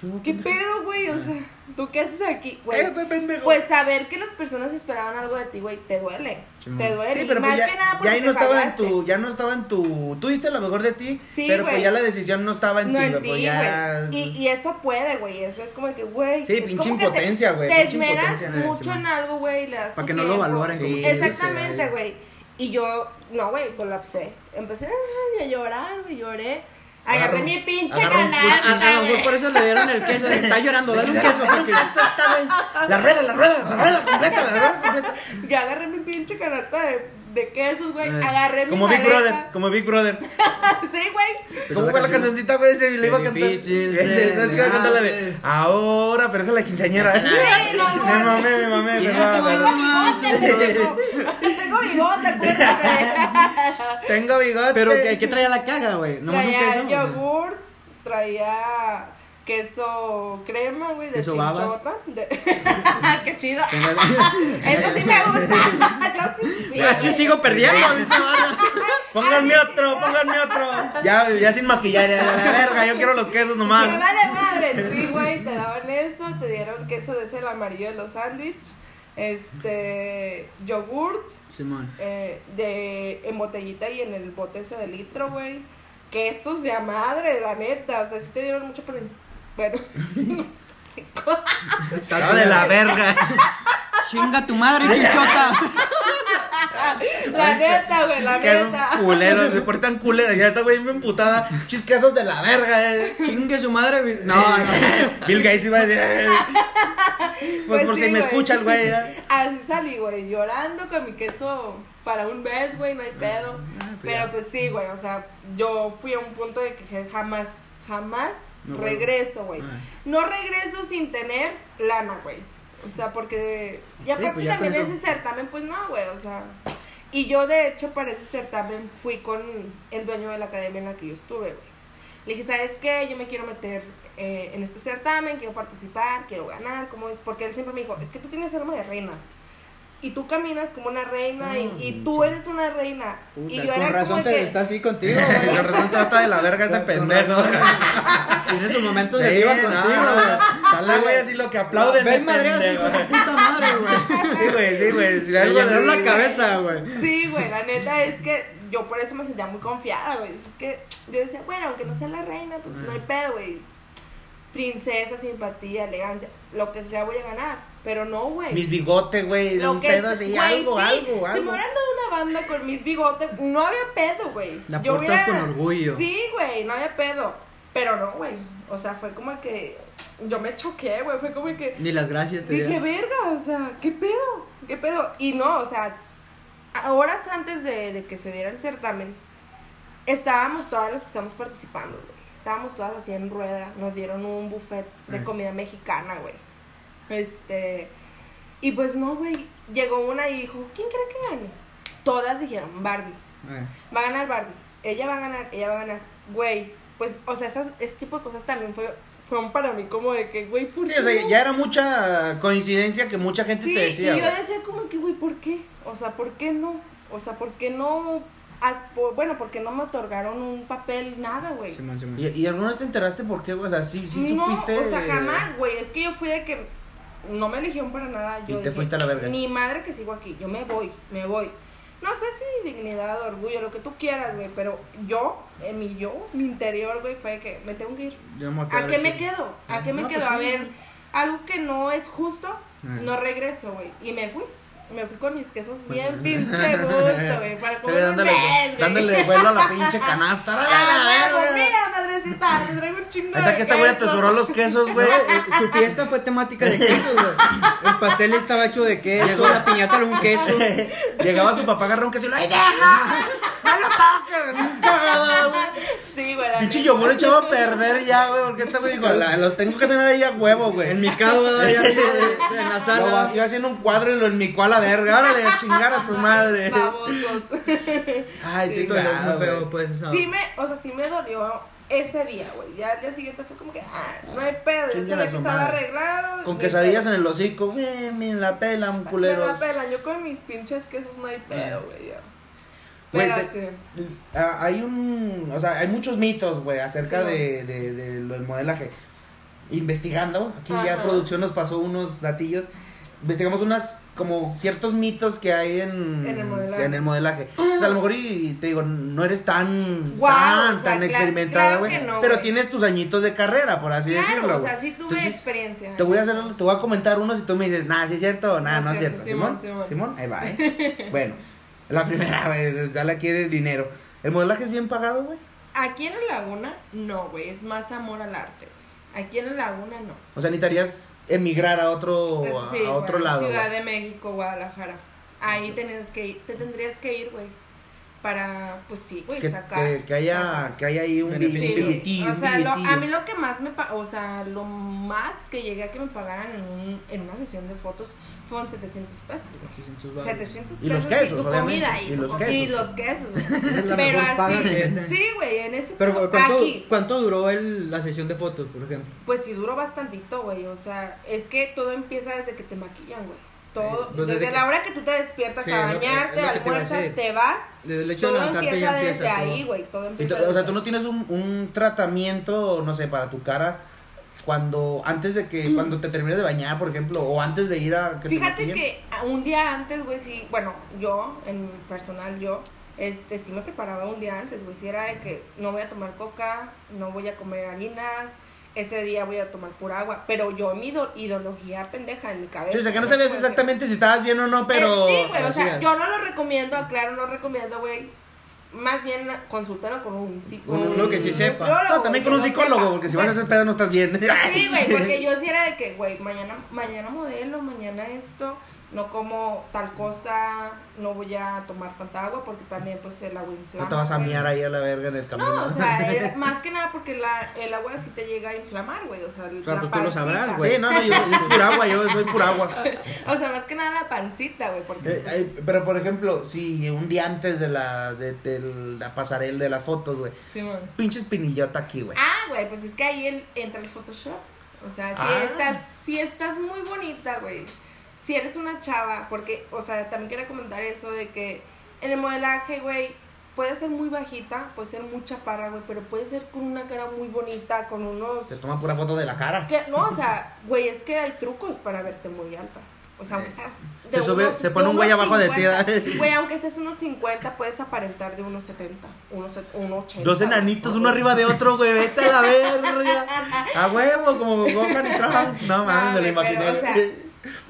S3: ¿Qué pedo, güey? O sea, ¿tú qué haces aquí? Güey,
S2: Cállate, pendejo.
S3: pues saber que las personas esperaban algo de ti, güey, te duele.
S1: Simón.
S3: Te duele.
S2: Sí, pero
S3: y más
S2: pues ya,
S3: que nada porque
S2: ya ahí
S3: te
S2: no estaba en
S3: fallaste.
S2: tu, ya no estaba en tu, tú diste lo mejor de ti,
S3: Sí,
S2: pero pues
S3: güey.
S2: ya la decisión no estaba en
S3: No
S2: ti,
S3: en
S2: güey,
S3: ti,
S2: pues
S3: güey.
S2: ya-
S3: Y, y eso puede, güey. Eso es como que, güey.
S2: Sí,
S3: es
S2: pinche
S3: como que te-
S2: impotencia, güey,
S3: Te,
S2: pinche
S3: esmeras
S2: impotencia,
S1: eh,
S3: mucho
S1: Simón.
S3: en algo, güey. le das
S1: Pa'
S3: tu
S1: que no lo
S3: tiempo.
S1: valoren
S2: como Sí, que
S3: Exactamente,
S1: dice,
S3: güey. Y yo, no, güey, colapsé. Empecé ay, a llorar, güey, lloré. Agarré
S2: Agarró-
S3: mi pinche
S2: agarró un-
S1: A, a
S3: canasta,
S1: lo mejor por
S3: güey.
S1: eso le dieron el queso. Está llorando, dale un queso.
S2: Dale un
S1: porque-
S2: queso, está, güey. La rueda, la rueda, la rueda completa, la rueda completa.
S3: Yo agarré mi pinche canasta de, de quesos, güey.
S1: Eh,
S3: Agarré mi
S2: Como Big
S3: maleta. Pues
S2: Brother, como Big Brother.
S3: sí, güey.
S1: Pero
S2: ¿Cómo
S1: la
S2: fue la
S1: canción-
S2: cancioncita, güey? Se le iba a
S1: Qué
S2: cantar.
S1: difícil
S2: Ese,
S1: se
S2: ¿sabes
S1: me
S2: qué iba a cantar la de?
S1: hace.
S2: Ahora, pero esa es la quinceañera.
S3: Ay, no,
S2: me
S3: no.
S2: mamé, me mamé,
S1: Ya,
S2: perdón,
S1: güey.
S2: perdón.
S3: Bigote, pendejo. Tengo bigote, acuérdate.
S2: Tengo bigote.
S1: Pero ¿qué, qué traía la caga, güey? ¿No más un
S3: traía
S1: queso?
S3: yogurt, traía queso crema, güey, de
S1: Queso babas.
S3: chinchota. De... ¡Qué chido!
S1: Tenía-
S3: Eso sí me gusta. Yo sí. sí,
S1: Yo sigo perdiendo, dice Barra.
S2: Pónganme otro, pónganme otro. Ya, ya sin maquillar, ya, la verga, yo quiero los quesos
S3: Me
S2: nomás.
S3: vale madre, sí, güey, te daban eso, te dieron queso de ese el amarillo de los sándwich, este, yogurt,
S1: Simón.
S3: eh, de, en botellita y en el bote ese de litro, güey, quesos de a madre, la neta, o sea, sí te dieron mucho, pero, bueno,
S2: Estaba de la verga.
S1: Chinga tu madre, chichota.
S3: la neta, güey, la
S2: Quesos
S3: neta.
S2: culeros, se portan culeros. Ya esta güey bien emputada. Chis quesos de la verga, eh.
S1: Chingue su madre. vi- No, no.
S2: Bill Gates iba a decir. eh. Pues,
S3: Pues
S2: por
S3: sí,
S2: si me
S3: güey.
S2: escucha el güey. eh.
S3: Así salí, güey, llorando con mi queso para un mes, güey,
S1: Mm,
S3: no hay pedo.
S2: Ah, pues ya.
S3: Pero pues sí, güey, o sea, yo fui a un punto de que jamás, jamás
S1: No vuelvo.
S3: regreso, güey.
S1: Ah.
S3: No regreso sin tener lana, güey. O sea, porque. Y
S1: Sí,
S3: aparte
S1: pues ya
S3: también
S1: con eso.
S3: ese certamen, pues no, güey, o sea. Y yo, de hecho, para ese certamen fui con el dueño de la academia en la que yo estuve, güey. Le dije, ¿sabes qué? Yo me quiero meter eh, en este certamen, quiero participar, quiero ganar, ¿cómo es? Porque él siempre me dijo, es que tú tienes alma de reina. Y tú caminas como una reina y, y
S1: Mm,
S3: tú
S1: sí.
S3: eres una reina.
S1: Puta,
S3: y yo
S4: con
S3: era
S4: razón
S3: como
S4: te
S3: que...
S4: está así contigo, güey.
S2: Con razón trata de la verga este pendejo.
S1: Tiene su momento de
S2: Sí,
S1: diva
S2: no,
S1: contigo,
S2: no,
S1: güey.
S2: Ojalá, güey, así lo que aplauden.
S1: Ven
S2: de
S1: madre así,
S2: pendejo.
S1: güey, puta madre, güey.
S2: Sí, güey, sí, güey. Si
S1: Le
S2: algo
S1: llenó
S2: así,
S1: la cabeza, güey.
S3: Sí, güey, la neta es que yo por eso me sentía muy confiada, güey. Es que yo decía, bueno, aunque no sea la reina, pues no hay
S2: Mm.
S3: pedo, güey. Princesa, simpatía, elegancia, lo que sea voy a ganar. Pero no, güey.
S2: Mis bigotes, güey. de
S3: lo
S2: Un
S3: que
S2: pedo
S3: es-
S2: así,
S3: güey,
S2: algo,
S3: sí,
S2: algo,
S3: Si me
S2: algo.
S3: hubieran dado una banda con mis bigotes, no había pedo, güey.
S1: La
S3: Yo
S1: portas con orgullo.
S3: Sí, güey, no había pedo. Pero no, güey. O sea, fue como que. Yo me choqué, güey. Fue como que.
S1: Ni las gracias
S2: Este
S1: te
S3: Dije,
S1: dieron.
S3: verga, o sea, ¿qué pedo? ¿Qué pedo? Y no, o sea, a horas antes de, de que se diera el certamen, estábamos todas las que estamos participando, güey. Estábamos todas así en rueda, nos dieron un buffet de
S2: Mm.
S1: Ajá.
S3: comida mexicana, güey. Este, y pues no, güey, llegó una y dijo, ¿quién cree que gane? Todas dijeron, Barbie.
S1: Eh,
S3: Va a ganar Barbie. Ella va a ganar, ella va a ganar. Güey, pues, o sea, esas, ese tipo de cosas también fue, fueron para mí como de que, güey, ¿por
S2: Sí,
S3: qué
S2: o sea,
S3: no?
S2: ya era mucha coincidencia que mucha gente
S3: sí,
S2: te decía.
S3: y yo
S2: güey.
S3: decía como que, güey, ¿por qué? O sea, ¿por qué no? O sea, ¿por qué no? as- po- bueno, porque no me otorgaron un papel, nada, güey.
S1: Simón, Simón.
S2: ¿Y, y alguna vez te enteraste por qué? güey? O sea, sí, sí
S3: no,
S2: supiste.
S3: o sea,
S2: eh,
S3: jamás, güey. Es que yo fui de que no me eligieron para nada.
S2: Y
S3: Yo
S2: te
S3: dije,
S2: fuiste a la verga.
S3: Ni madre que sigo aquí. Yo me voy, me voy. No sé si dignidad, orgullo, lo que tú quieras, güey. Pero yo, en mi yo, mi interior, güey, fue de que me tengo que ir.
S1: Yo me voy
S3: ¿A
S1: quedar
S3: qué me
S1: aquí.
S3: quedo? ¿A qué me
S1: No,
S3: quedo?
S1: pues
S3: A
S1: sí.
S3: ver, algo que no es justo,
S1: Ah.
S2: Eh.
S3: no regreso, güey. Y me fui. Me fui con mis
S2: Pues,
S3: quesos
S2: eh.
S3: bien pinche gusto, güey. Para
S2: Estoy
S3: comer un
S2: dándole,
S3: mes, güey.
S2: dándole vuelo a la pinche canasta. ¡Órale,
S3: Ah,
S2: a la
S3: güey,
S2: verga!
S3: mira, madrecita, te traigo un chingo
S2: Hasta
S3: de
S2: que esta güey
S3: quesos.
S2: atesoró los quesos,
S1: Güey,
S2: güey.
S1: eh, su fiesta fue temática de queso, güey. El pastel estaba hecho de queso, la piñata era un queso.
S2: Llegaba su papá, agarró un queso y lo ¡ay, deja! ¡No lo toques!
S3: Sí, güey. la
S2: Pinche
S3: neta.
S2: yogur echado a perder ya, güey, porque este güey dijo, "La- los tengo que tener ahí a huevo, güey.
S1: En mi cado, ya así, de- de- en la
S2: Lo
S1: sala.
S2: vació haciendo un cuadro y lo enmicó a la verga. Órale, a chingar a su madre.
S3: Babosos.
S2: Ay,
S1: Sí,
S2: chico,
S1: todo muy
S2: feo,
S1: feo, pues, esa-
S3: Sí me, o sea, sí me dolió ese día, güey. Ya al día siguiente fue como que, ah, no hay pedo. Yo
S2: Chinga
S3: sabía
S2: su
S3: que estaba
S2: madre.
S3: arreglado.
S2: Con
S3: ni
S2: quesadillas
S3: pedo.
S2: en el hocico, güey, me la pelan,
S3: Me
S2: culeros.
S3: la pelan, yo con mis pinches quesos no hay pedo, güey. ya.
S2: Güey,
S3: Pero
S2: te-
S3: sí.
S2: Ah, hay un, o sea, hay muchos mitos, güey, acerca
S3: Sí, güey.
S2: de, de, de lo del modelaje. Investigando, aquí ya
S3: Ajá.
S2: producción nos pasó unos datillos. Investigamos unas, como ciertos mitos que hay en,
S3: En el modelaje.
S2: en el modelaje. O sea, a lo mejor y, y te digo, no eres tan,
S3: Guau,
S2: tan,
S3: o sea,
S2: tan
S3: cla-
S2: experimentada,
S3: claro
S2: güey.
S3: que no,
S2: pero
S3: güey.
S2: tienes tus añitos de carrera, por así
S3: Claro,
S2: decirlo.
S3: o sea,
S2: güey.
S3: sí tuve
S2: Entonces,
S3: experiencia.
S2: te voy a hacer, te voy a comentar unos y tú me dices, nah, sí es cierto o nah, no, es cierto. Simón, Simón,
S3: Simón.
S2: ahí va, ¿eh? bueno, la primera, güey, ya la quiere dinero. ¿El modelaje es bien pagado, güey?
S3: Aquí en la laguna, no, güey. Es más amor al arte, güey. Aquí en la laguna, no.
S2: O sea, necesitarías emigrar a otro,
S3: Eso
S2: a-
S3: sí,
S2: a otro
S3: güey,
S2: lado.
S3: Ciudad
S2: güey.
S3: de México, Guadalajara. Ahí tenías que ir, te tendrías que ir, güey. Para, pues sí, güey,
S2: Que,
S3: sacar.
S2: que, que haya,
S3: sacar.
S2: que haya ahí un
S1: Beneficio.
S3: Sí,
S2: billete-
S3: o sea, lo- a
S2: billetillo.
S3: mí lo que más me, pa- o sea, lo más que llegué a que me pagaran en, un- en una sesión de fotos fueron 700 pesos, güey. 700 pesos
S2: Y los quesos,
S3: tu
S2: obviamente,
S3: comida y,
S2: y
S3: tu
S2: los
S3: co-
S2: quesos.
S3: y los quesos, güey.
S1: Es la
S3: Pero
S1: mejor paga
S3: así,
S1: que es, eh.
S3: sí, güey, en ese punto,
S1: Pero ¿cuánto,
S3: aquí,
S1: cuánto duró el- la sesión de fotos, por ejemplo?
S3: pues sí duró bastantito, güey, o sea, es que todo empieza desde que te maquillan, güey. Todo,
S1: Eh, pues
S3: desde,
S1: desde que-
S3: la hora que tú te despiertas
S1: Sí,
S3: a
S1: es lo que-
S3: bañarte,
S1: es lo que te iba a
S3: almuerzas,
S1: decir.
S3: te vas,
S1: Desde el hecho de
S3: todo
S1: levantarte
S3: empieza
S1: ya
S3: desde
S1: empieza todo.
S3: ahí, güey, todo
S2: Y
S3: empieza
S2: tú- o sea,
S3: desde
S2: tú no
S3: ahí.
S2: tienes un, un tratamiento, no sé, para tu cara cuando antes de que cuando te termines de bañar, por ejemplo, o antes de ir a que te
S3: Fíjate
S2: maquillen.
S3: que a- un día antes, güey, sí, bueno, yo, en personal, yo, este, sí me preparaba un día antes, güey, si era de que no voy a tomar coca, no voy a comer harinas, ese día voy a tomar pura agua, pero yo mi ido- ideología pendeja en mi cabeza.
S2: Sí, o sea, que no
S3: güey,
S2: sabías
S3: fue de-
S2: exactamente si estabas bien o no, pero
S3: Eh, sí, güey, o
S1: así
S3: sea,
S1: es.
S3: yo no lo recomiendo, aclaro, no recomiendo, güey. Más bien, consúltalo con un
S1: Con
S3: psicólogo.
S1: uno que sí sepa.
S2: No, también con un psicólogo, porque si vas a hacer pedo no estás bien.
S3: Sí, güey, porque yo sí era de que, güey, mañana, mañana modelo, mañana esto. no como tal cosa, no voy a tomar tanta agua porque también pues el agua inflama.
S2: No te vas a
S3: güey.
S2: miar ahí a la verga en el camino.
S3: No, o sea, era- más que nada porque la, el agua sí te llega a inflamar, güey. O sea,
S1: O sea,
S3: la
S1: pues tú lo sabrás,
S3: pancita.
S1: güey.
S2: Sí, no, no, yo yo soy pura agua, yo soy pura agua.
S3: O sea, más que nada la pancita, güey, porque
S2: Eh,
S3: pues,
S2: eh, pero por ejemplo, si un día antes de la, de, de la pasarela de las fotos, güey,
S3: sí, güey.
S2: pinche espinillota aquí, güey.
S3: Ah, güey, pues es que ahí el- entra el Photoshop. O sea, si
S2: Ah.
S3: estás, si estás muy bonita, güey. Si eres una chava, porque, o sea, también quería comentar eso de que en el modelaje, güey, puede ser muy bajita, puede ser muy chaparra, güey, pero puede ser con una cara muy bonita, con unos...
S2: Te toman pura foto de la cara.
S3: Que, no, o sea, güey, es que hay trucos para verte muy alta. O sea, aunque seas... de
S2: Te sube-
S3: unos-
S2: se pone
S3: de
S2: un güey
S3: unos
S2: abajo de ti,
S3: 50.
S2: ¿verdad?
S3: Güey, aunque estés unos 50, puedes aparentar de unos 70, unos, set- unos 80.
S2: Dos
S3: güey.
S2: enanitos, uno arriba de otro, güey, vete a la verga. A huevo, como Gohan y Trump. No mames, me lo
S3: güey,
S2: imaginé.
S3: pero, o sea,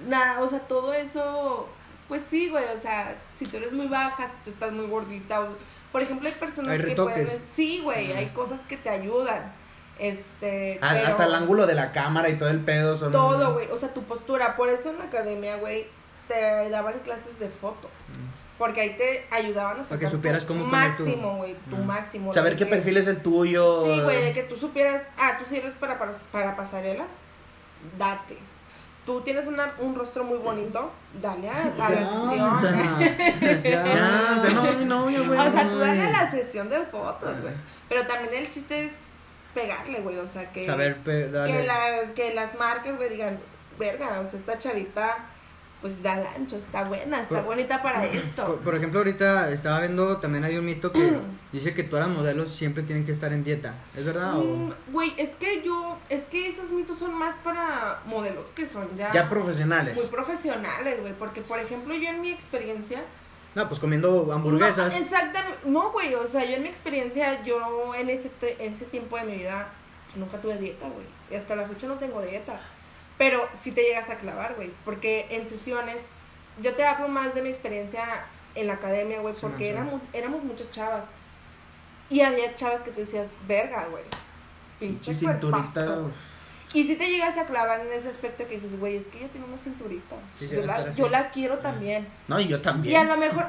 S3: nada, o sea, todo eso, pues sí, güey, o sea, si tú eres muy baja, si tú estás muy gordita, o- por ejemplo, hay personas
S1: Hay
S3: que
S1: retoques.
S3: pueden, sí, güey, hay cosas que te ayudan, este,
S2: Ah,
S3: pero
S2: Hasta el ángulo de la cámara y todo el pedo son.
S3: todo, güey, o sea, tu postura, por eso en la academia, güey, te daban clases de foto. Porque ahí te ayudaban a sacar
S1: que supieras
S3: tu
S1: cómo poner tu-
S3: máximo, güey, tu máximo.
S2: Saber
S3: lo
S2: qué
S3: que-
S2: perfil es el tuyo.
S3: Sí, güey, de que tú supieras, ah, tú sirves para, para, para pasarela, date. Tú tienes una- un rostro muy bonito, dale a, a la
S1: Ya, o
S3: sesión.
S1: sea,
S2: Ya, o sea, no,
S1: ya.
S2: mi novio, güey.
S3: O sea, tú dale a
S1: güey.
S3: la sesión de fotos, güey. Pero también el chiste es pegarle, güey, o sea, que,
S1: Saber, pe-
S3: que,
S1: dale.
S3: las, que las marcas, güey, digan, verga, o sea, esta chavita, pues da lancho, está buena, está
S1: Por-
S3: bonita para
S1: Por,
S3: esto.
S1: por ejemplo, ahorita estaba viendo, también hay un mito que dice que todas las modelos siempre tienen que estar en dieta. ¿Es verdad? o-
S3: Mm, Güey, es que yo, es que esos mitos son más para modelos que son ya...
S2: Ya profesionales.
S3: muy profesionales, güey, porque por ejemplo yo en mi experiencia...
S1: No, pues comiendo hamburguesas.
S3: No, exactamente, no, güey, o sea, yo en mi experiencia, yo en ese, te- en ese tiempo de mi vida nunca tuve dieta, güey, y hasta la fecha no tengo dieta, pero si te llegas a clavar, güey, porque en sesiones, yo te hablo más de mi experiencia en la academia, güey,
S1: Sí,
S3: porque
S1: sí.
S3: éramos, éramos muchas chavas, y había chavas que te decías, verga, güey, pinche
S2: Pinche cinturita.
S3: cuerpazo".
S2: güey.
S3: Y si te llegas a clavar en ese aspecto que dices, güey, es que ella tiene una cinturita.
S1: Quisiera
S3: Yo la,
S1: estar así.
S3: yo la quiero también.
S2: No, y yo también.
S3: Y a lo mejor,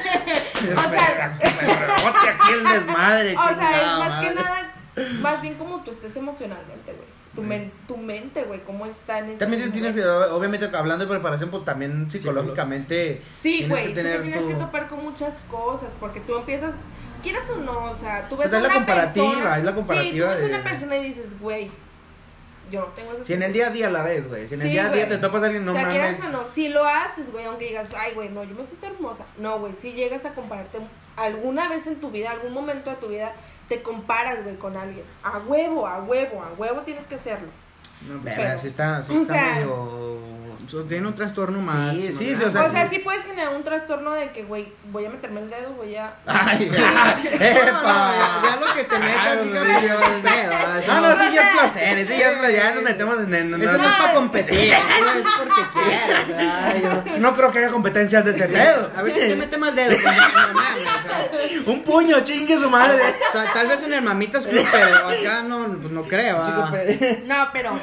S3: o sea,
S2: Verga, que me rebote aquí el desmadre.
S3: o sea, es
S2: chingada
S3: más
S2: madre.
S3: que nada, más bien como tú estés emocionalmente, güey. Tu, men- tu mente, güey, cómo está en ese
S2: También te tienes que,
S3: momento.
S2: obviamente, hablando de preparación, pues también psicológicamente.
S3: Sí,
S2: tienes
S3: güey,
S2: que
S3: sí te
S2: tener
S3: tienes que
S2: tu-
S3: topar con muchas cosas, porque tú empiezas, quieras o no, o sea, tú
S2: Pues
S3: ves
S2: es
S3: a
S2: la
S3: una
S2: comparativa,
S3: persona,
S2: es la
S3: Sí, tú
S2: comparativa
S3: ves a
S2: de-
S3: una persona y dices, güey, yo no tengo esa
S2: Si en el día a día la ves, güey. Si en el
S3: Sí,
S2: día a día
S3: güey.
S2: te topas a alguien, no
S3: o sea,
S2: mames.
S3: quieras o no, si lo haces, güey, aunque digas, ay, güey, no, yo me siento hermosa. No, güey, si llegas a compararte alguna vez en tu vida, algún momento de tu vida, te comparas, güey, con alguien. A huevo, a huevo, a huevo tienes que hacerlo.
S1: No, pues,
S2: Verga,
S3: Pero-
S2: sí está, sí
S3: o
S2: está
S3: sea-
S2: medio.
S1: so- tienen un trastorno más.
S2: Sí,
S1: ¿no?
S2: sí, sí,
S3: O
S2: o sea,
S3: sea,
S2: sí
S3: sí,
S2: es-
S3: puedes generar un trastorno de que, güey, voy a meterme el dedo, voy a...
S2: ¡Ay, ya!
S1: No, no, ya, ya
S2: ¡Epa!
S1: lo que te metas,
S2: Ay,
S1: hija,
S2: Dios.
S1: Dios, es pedo, ¿verdad?
S2: Ah, No, no, sí, ya es placer. Ese ya, es, ya
S1: Sí.
S2: nos metemos en. en-
S1: Eso no,
S2: no,
S1: es para competir, eso es porque quieres. ¿verdad? Yo-
S2: no creo que haya competencias de ese pedo.
S1: A ver, ¿quién te mete más dedos? Pues, no, no mames, o sea.
S2: Un puño, chingue su madre.
S1: Ta- tal vez en el Mamitas Club, pero acá no, pues, no creo. ah.
S3: No, pero...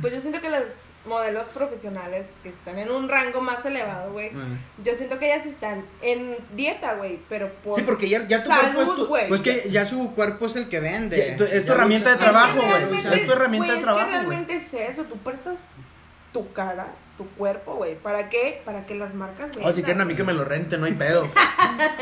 S3: Pues yo siento que los modelos profesionales que están en un rango más elevado, güey,
S2: Mm.
S3: yo siento que ellas están en dieta, güey, pero por...
S2: Sí, porque ya, ya tu cuerpo es
S3: Salud,
S2: tu.
S3: güey.
S1: Pues que ya su cuerpo es el que vende.
S2: Ya, tu- es tu
S1: Ya lo
S2: herramienta de
S1: usa-
S2: trabajo,
S3: Es que
S2: güey.
S3: realmente,
S2: Es tu herramienta
S3: güey,
S2: de trabajo,
S3: Es que realmente es eso. Tú prestas tu cara, tu cuerpo, güey. ¿Para qué? Para que las marcas
S2: O Oh, si quieren a mí que me lo rente, no hay pedo.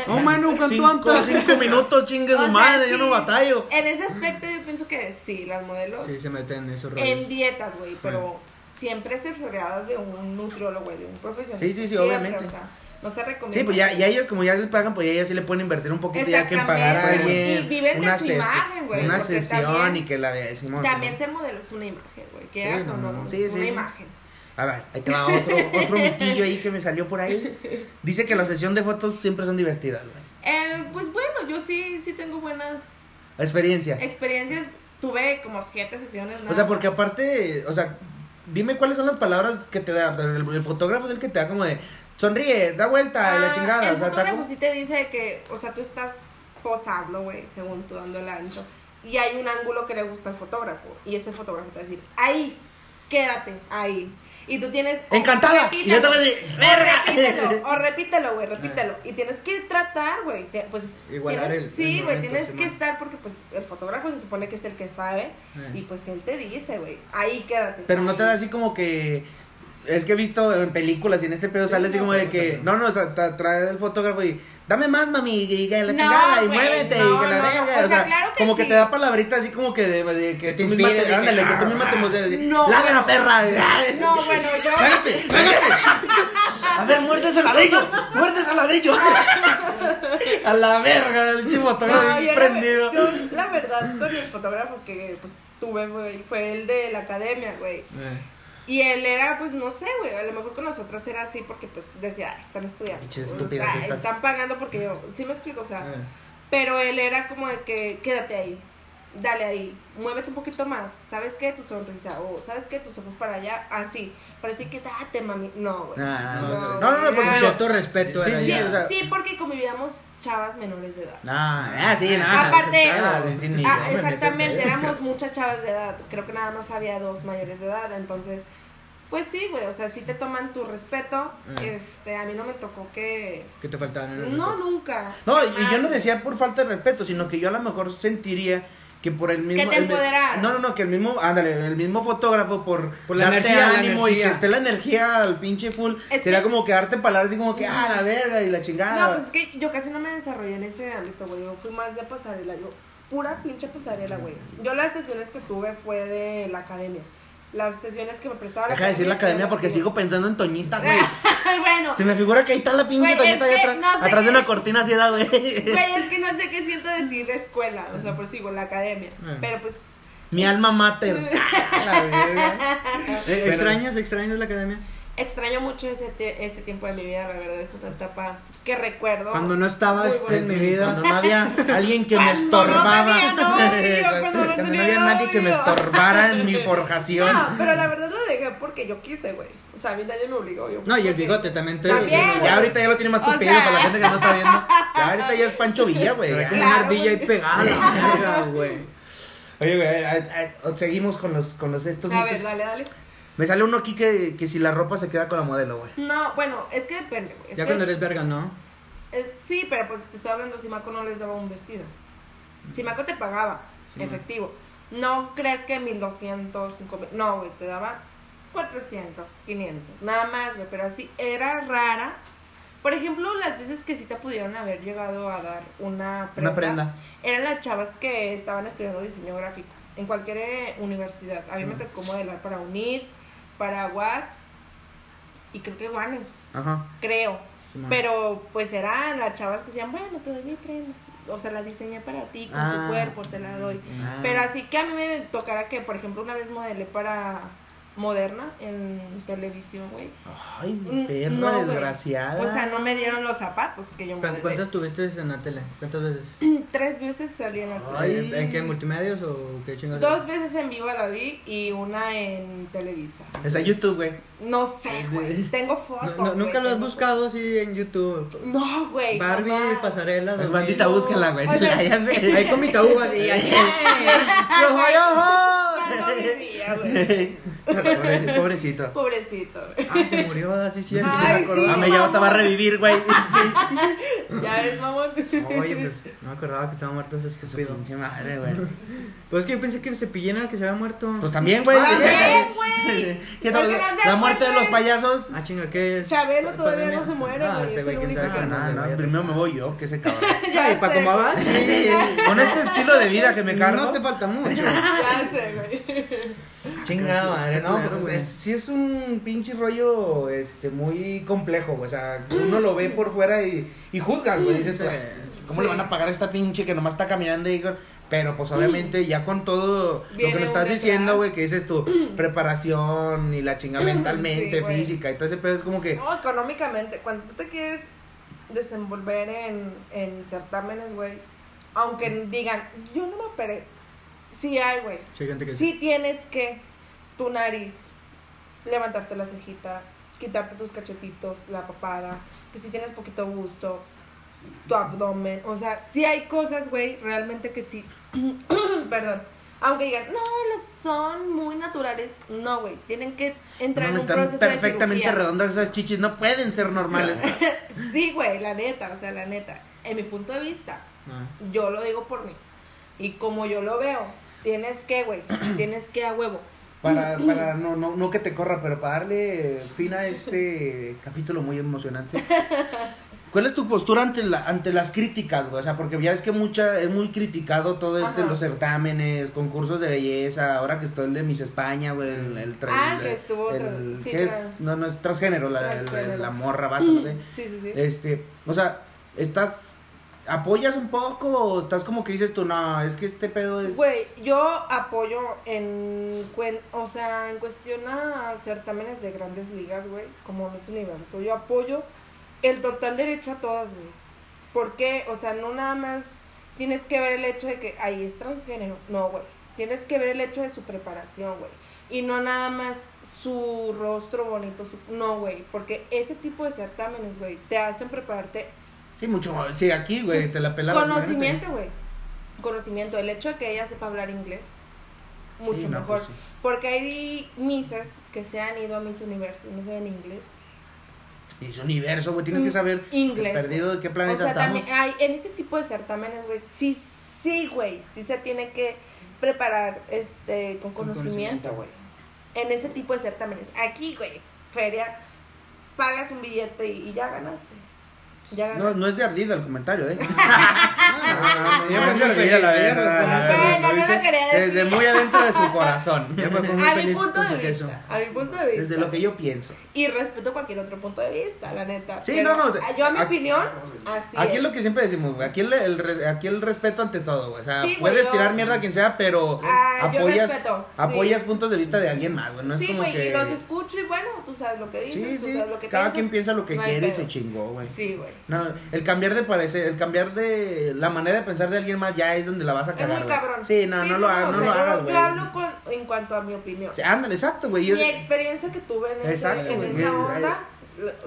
S1: Oh, Manu, ¿cuánto
S2: Cinco,
S1: andas?
S2: cinco minutos, chingue
S3: O
S2: su
S3: sea,
S2: madre, yo
S3: sí.
S2: no batallo.
S3: En ese aspecto, yo pienso que sí, las modelos.
S1: Sí, se meten en esos rollos.
S3: en dietas, güey. Pero siempre cercioradas de un nutriólogo, güey, de un profesional.
S2: Sí, sí, sí, obviamente.
S3: O sea, no se recomienda.
S2: Sí, pues ya, ya ellas, como ya les pagan, pues ya ellas sí le pueden invertir un poquito ya que en pagar a
S3: Exactamente.
S2: alguien.
S3: Y viven de
S2: una
S3: su
S2: sesión-
S3: imagen, güey,
S2: Una
S3: porque
S2: sesión
S3: también-
S2: y que la decimos.
S3: También ser modelo es una imagen, güey. Quieras
S1: Sí,
S3: o no,
S1: no,
S2: sí,
S3: es
S2: sí,
S3: una
S2: sí.
S3: imagen.
S2: A ver, ahí te va otro, otro mitillo ahí que me salió por ahí. Dice que la sesión de fotos siempre son divertidas, güey.
S3: Eh, pues bueno, yo sí, sí tengo buenas
S2: Experiencia.
S3: experiencias. Tuve como siete sesiones.
S2: O
S3: nada
S2: sea, porque
S3: más.
S2: aparte, o sea, dime cuáles son las palabras que te da. El, el fotógrafo es el que te da como de sonríe, da vuelta y la
S3: Ah,
S2: chingada. o
S3: El
S2: sea, está
S3: fotógrafo
S2: como-
S3: sí te dice que, o sea, tú estás posando, güey, según tú dando el ancho. Y hay un ángulo que le gusta al fotógrafo. Y ese fotógrafo te va a decir, ahí, quédate, ahí. Y tú tienes.
S2: Encantada.
S3: repítelo,
S2: Y yo te voy a decir,
S3: o
S2: "Verga". Ah.
S3: repítelo, O repítelo, güey, repítelo. Y tienes que tratar, güey. te- Pues.
S1: Igualar
S3: tienes-
S1: el-
S3: Sí,
S1: el
S3: güey,
S1: momento,
S3: tienes
S1: sí,
S3: que
S1: man.
S3: estar porque, pues, el fotógrafo se supone que es el que sabe.
S1: Eh.
S3: Y pues él te dice, güey. Ahí quédate.
S2: Pero no te da
S3: ahí.
S2: así como que. Es que he visto en películas y en este pedo sale así como de que. No, no, tra- tra- trae el fotógrafo y. Dame más, mami, y que la
S3: No,
S2: chingada, y
S3: güey,
S2: muévete,
S3: no,
S2: y que la
S3: no, no.
S2: verga.
S3: O sea, claro que
S2: como que
S3: sí.
S2: te da palabritas así como que de, de que,
S1: te
S2: tú misma
S1: inspire,
S2: te,
S1: de que-
S2: ándale, que tú misma te emociones.
S3: No.
S2: Lágara, perra.
S3: No, bueno, yo.
S2: ¡Cállate! ¡Cállate! A ver, muerte ese ladrillo. Muerte ese ladrillo. A la verga, el chivotógrafo
S3: No, yo
S2: bien
S3: la-
S2: prendido.
S3: yo, la verdad, con el fotógrafo que pues, tuve, güey, fue el de la academia, güey. Y él era, pues, no sé, güey, a lo mejor con nosotras era así porque, pues, decía, "Ah, están estudiando.
S2: Pinches
S3: o
S2: estúpidas
S3: sea,
S2: estas.
S3: están pagando porque yo, sí me explico, o sea, pero él era como de que, quédate ahí, dale ahí, muévete un poquito más, ¿sabes qué? Tu sonrisa, o ¿sabes qué? Tus ojos para allá, así, parece que date, mami, no, güey.
S2: Ah,
S1: Nah,
S3: No,
S1: no,
S2: Eh, no, no,
S3: güey,
S2: porque
S1: Con
S3: nada.
S2: yo-
S1: cierto respeto
S2: Sí,
S1: era
S3: Sí,
S1: ya.
S2: o sea-
S3: sí, porque convivíamos chavas menores de edad.
S1: Nah, ah, sí, nada.
S3: Aparte,
S1: aceptado, sí, sí,
S3: ah,
S1: yo me meto en
S3: exactamente,
S1: pedo.
S3: éramos muchas chavas de edad, creo que nada más había dos mayores de edad, entonces, pues sí, güey, o sea, sí te toman tu respeto,
S2: Mm.
S1: Ah.
S3: este, a mí no me tocó que...
S1: ¿Qué te faltaban en el
S3: No,
S1: respeto?
S3: nunca.
S2: No, y
S3: Jamás.
S2: yo no decía por falta de respeto, sino que yo a lo mejor sentiría que por el mismo.
S3: Que te
S2: el mi-
S3: empoderara.
S2: No, no, no, que el mismo. Ándale, el mismo fotógrafo por,
S1: Por la energía, la
S2: ánimo y
S1: energía.
S2: que esté la energía al pinche full.
S3: Es
S2: sería
S3: que-
S2: como que darte palabras así como que, ah, la verga y la chingada.
S3: No, pues es que yo casi no me desarrollé en ese ámbito, güey, yo fui más de pasarela, yo, pura pinche pasarela, güey. Yo las sesiones que tuve fue de la academia, las sesiones que me prestaba la
S2: Deja de decir la academia
S3: yo las
S2: porque
S3: tuve.
S2: sigo pensando en Toñita, güey.
S3: bueno,
S2: Se me figura que ahí está la pinche
S3: Güey, es
S2: Toñita allá
S3: que
S2: atrás,
S3: no sé
S2: atrás de
S3: qué-
S2: una cortina así, da, güey.
S3: Güey, es que no sé qué siento decir escuela, o sea, por sigo la academia.
S1: Mm.
S3: Pero pues,
S2: Mi alma mater. La verga.
S1: Eh, ¿Extrañas, extrañas la academia?
S3: extraño mucho ese, tie- ese tiempo de mi vida, la verdad, es una etapa que recuerdo.
S1: Cuando no estabas
S3: Muy
S1: en mi
S3: bonita.
S1: vida.
S2: este, Cuando no había alguien que me
S3: Cuando no
S2: estorbaba.
S3: tenía novio, cuando no
S2: Cuando
S3: tenía
S2: había nadie que me
S3: novio.
S2: estorbara en mi forjación.
S3: No, pero la verdad lo dejé porque yo quise, güey. O sea, a mí nadie me obligó. Yo
S1: No, y el
S3: porque-
S1: bigote también te.
S3: También,
S1: sí,
S2: Ya
S1: güey.
S2: ahorita ya lo tiene más
S3: O
S2: tupido
S3: sea.
S2: para la gente que no está viendo. Ya ahorita ya es Pancho Villa, güey.
S1: Hay que
S2: ya.
S3: Claro,
S1: tener DJ
S3: güey.
S1: pegado. verga, güey.
S2: Oye, güey, a- a- a- seguimos con los, con los de estos.
S3: A
S2: mitos.
S3: ver, dale, dale.
S2: Me sale uno aquí que, que si la ropa se queda con la modelo, güey.
S3: No, bueno, es que depende, güey. Es
S1: Ya
S3: que-
S1: cuando eres verga, ¿no?
S3: eh, sí, pero pues te estoy hablando, Simaco no les daba un vestido. Simaco te pagaba,
S1: Sí,
S3: efectivo. No crees que 1200, 5000, no, güey, te daba 400, 500, nada más, güey, pero así era rara. Por ejemplo, las veces que sí te pudieron haber llegado a dar una prenda,
S2: Una prenda.
S3: eran las chavas que estaban estudiando diseño gráfico en cualquier eh, universidad. A mí me
S2: Mm.
S3: tocó modelar para UNIT, para UAT y creo que Guane,
S2: Ajá.
S3: creo.
S1: Simón.
S3: Pero pues eran las chavas que decían, bueno, te doy mi prenda. O sea, la diseñé para ti, con
S2: Ah.
S3: tu cuerpo, te la doy.
S1: Ah.
S3: Pero así que a mí me tocara que, por ejemplo, una vez modelé para Moderna en televisión, güey.
S2: Ah. Ay, mi
S3: Mm,
S2: perra
S3: no, güey.
S2: desgraciada.
S3: O sea, no me dieron los zapatos que yo
S1: ¿Cu-
S3: modelé.
S1: ¿Cuántas tuviste en la tele? ¿Cuántas veces?
S3: Tres veces salí en la tele.
S2: Ay.
S1: ¿En- ¿En qué? ¿Multimedios o qué chingados?
S3: Dos veces en vivo la vi y una en Televisa.
S2: Está en YouTube, güey.
S3: No sé, güey. Tengo fotos.
S1: No, no, ¿Nunca
S3: güey,
S1: lo has
S3: tengo
S1: buscado así en YouTube?
S3: fotos. No, güey.
S1: Barbie,
S3: jamás.
S1: pasarela, dos
S2: Bandita,
S1: mil.
S2: búsquenla, güey.
S3: O
S2: Si
S3: sea,
S2: la hallan, güey.
S1: Ahí con mi taúd así. ahí.
S2: ¡Yojo,
S3: Cuando vivía, güey.
S2: yojo! Pobrecito.
S3: Pobrecito, güey.
S1: Ah, se murió, así cierto.
S3: Ay,
S1: me acordaba.
S3: sí. Ah.
S2: Ah, me ya hasta va a revivir, güey.
S3: Ya ves, mamón.
S1: Oye, pues no me acordaba que estaba muerto ese estúpido.
S2: Pinche madre, güey.
S1: Pues es que yo pensé que Cepillín era el que se había muerto.
S2: Pues también, güey.
S3: También, Ah, güey.
S2: ¿Qué
S3: Porque
S2: tal?
S3: no se
S2: La muerte de
S3: acuerdan.
S2: los payasos.
S1: Ah, chinga, ¿qué es?
S3: Chabelo todavía
S1: Pandemia.
S3: no se muere,
S1: Ah,
S3: güey,
S1: ese
S3: es el
S1: quién
S3: único
S1: sabe
S3: que
S1: que
S3: no.
S1: no.
S2: no, primero me voy yo, que ese cabrón.
S3: Ya
S1: Ay, ¿pa'
S3: sé,
S1: cómo
S3: güey.
S1: vas?
S2: Con este estilo de vida que me cargo.
S1: No te falta mucho.
S3: Ya sé, güey.
S2: Chingada madre, no,
S1: Claro,
S2: pues es-
S1: güey.
S2: es- sí es un pinche rollo este muy complejo, güey. O sea, uno lo ve por fuera y, y juzgas, güey. Dices, tú, "Ay, ¿cómo le
S3: Sí.
S2: van a pagar a esta pinche que nomás está caminando y con-?" Pero pues obviamente ya con todo lo
S3: Viene
S2: que nos
S3: un
S2: estás
S3: detrás.
S2: diciendo, güey, que dices tu preparación y la chinga mentalmente,
S3: Sí, güey.
S2: física y todo ese pedo es como que
S3: No, económicamente, cuando tú te quieres desenvolver en, en certámenes, güey, aunque digan, yo no me operé, sí hay, güey.
S1: Sí, hay gente que
S3: Sí tienes que tu nariz, levantarte la cejita, quitarte tus cachetitos, la papada, que si tienes poquito gusto, tu abdomen, o sea, sí hay cosas, güey, realmente que sí, perdón, Aunque digan, no, las son muy naturales. No, güey. Tienen que entrar
S2: No,
S3: en un proceso
S2: están
S3: de
S2: perfectamente
S3: cirugía.
S2: redondas esas chichis, no pueden ser normales.
S3: Sí, güey, la neta, o sea, la neta. En mi punto de vista,
S1: Ah.
S3: yo lo digo por mí. Y como yo lo veo, tienes que, güey, tienes que a huevo.
S2: Para, para no, no, no que te corra, pero para darle fin a este capítulo muy emocionante. ¿Cuál es tu postura ante, la, ante las críticas, güey? O sea, porque ya es que mucha, es muy criticado todo este,
S3: Ajá.
S2: los certámenes, concursos de belleza, ahora que está el de Miss España, güey, el, el tra-
S3: Ah,
S2: el-
S3: que estuvo
S2: el-
S3: tra- sí,
S2: ¿qué es?
S3: trans.
S2: No, no, es transgénero, la, la-
S3: Transgénero.
S2: la morra, vato, no sé.
S3: Sí, sí, sí.
S2: Este, o sea, estás, apoyas un poco o estás como que dices tú, no, es que este pedo es...
S3: Güey, yo apoyo en, cuen- o sea, en cuestión a certámenes de grandes ligas, güey, como Miss Universo. Yo apoyo el total derecho a todas, güey. Porque, o sea, no nada más tienes que ver el hecho de que ahí es transgénero. No, güey. Tienes que ver el hecho de su preparación, güey. Y no nada más su rostro bonito. su- No, güey. Porque ese tipo de certámenes, güey, te hacen prepararte
S2: Sí, mucho, sí, aquí, güey, te la pelabas. imagínate.
S3: Conocimiento, güey. Conocimiento. El hecho de que ella sepa hablar inglés, mucho
S2: Sí, no,
S3: mejor.
S2: pues sí.
S3: Porque hay misas que se han ido a mis universos, no saben inglés.
S2: Y su universo, güey, tienes que saber
S3: Mm, Inglés.
S2: perdido de qué
S3: güey.
S2: planeta
S3: o sea,
S2: estamos.
S3: también eh, hay, en ese tipo de certámenes, güey, sí, sí, güey, sí se tiene que preparar este con
S1: Con
S3: conocimiento,
S1: conocimiento.
S3: güey. En ese tipo de certámenes. Aquí, güey, feria, pagas un billete y, y ya ganaste. Ya
S2: No,
S3: ganaste.
S2: no es de ardida el comentario, ¿eh?
S1: Ah,
S2: No,
S1: ya
S2: no es de
S1: me
S2: ardida, la
S1: feliz,
S2: verdad,
S1: ya
S2: la
S1: me
S3: Bueno,
S2: verdad,
S1: feliz.
S3: no lo
S2: dice
S3: quería decir.
S2: Desde muy adentro de su corazón.
S1: Ya me pongo muy
S3: a mi
S1: feliz
S3: punto de
S1: con
S3: vista,
S1: eso.
S3: a mi punto de vista.
S2: Desde lo que yo pienso.
S3: Y respeto cualquier otro punto de vista, la neta.
S2: Sí,
S3: Pero
S2: no, no,
S3: Yo a mi
S2: aquí-
S3: opinión, así
S2: aquí es.
S3: es.
S2: lo que siempre decimos, güey. Aquí el, el re- aquí el respeto ante todo, güey. O sea,
S3: Sí, güey,
S2: puedes
S3: yo-
S2: tirar mierda a quien sea, pero
S3: Ah, yo
S2: apoyas,
S3: respeto, sí.
S2: apoyas puntos de vista de alguien más, güey. No es
S3: sí,
S2: como
S3: güey,
S2: que.
S3: y los escucho y bueno, tú sabes lo que dices,
S2: sí,
S3: tú
S2: sí.
S3: sabes lo que
S2: Cada
S3: piensas.
S2: quien piensa lo que
S3: no hay
S2: quiere y
S3: pedo.
S2: se chingó, güey.
S3: Sí, güey.
S2: No, el cambiar de parecer, el cambiar de la manera de pensar de alguien más ya es donde la vas a
S3: Es
S2: cagar.
S3: muy
S2: güey.
S3: cabrón.
S2: Sí, no, no, lo, hagas,
S3: o
S2: no
S3: sea,
S2: lo
S3: yo-
S2: hagas, güey.
S3: Yo hablo con- en cuanto a mi opinión.
S2: Sí, ándale, exacto, güey. Yo-
S3: mi experiencia que tuve en, ese-
S2: Exacto,
S3: en
S2: güey.
S3: esa onda,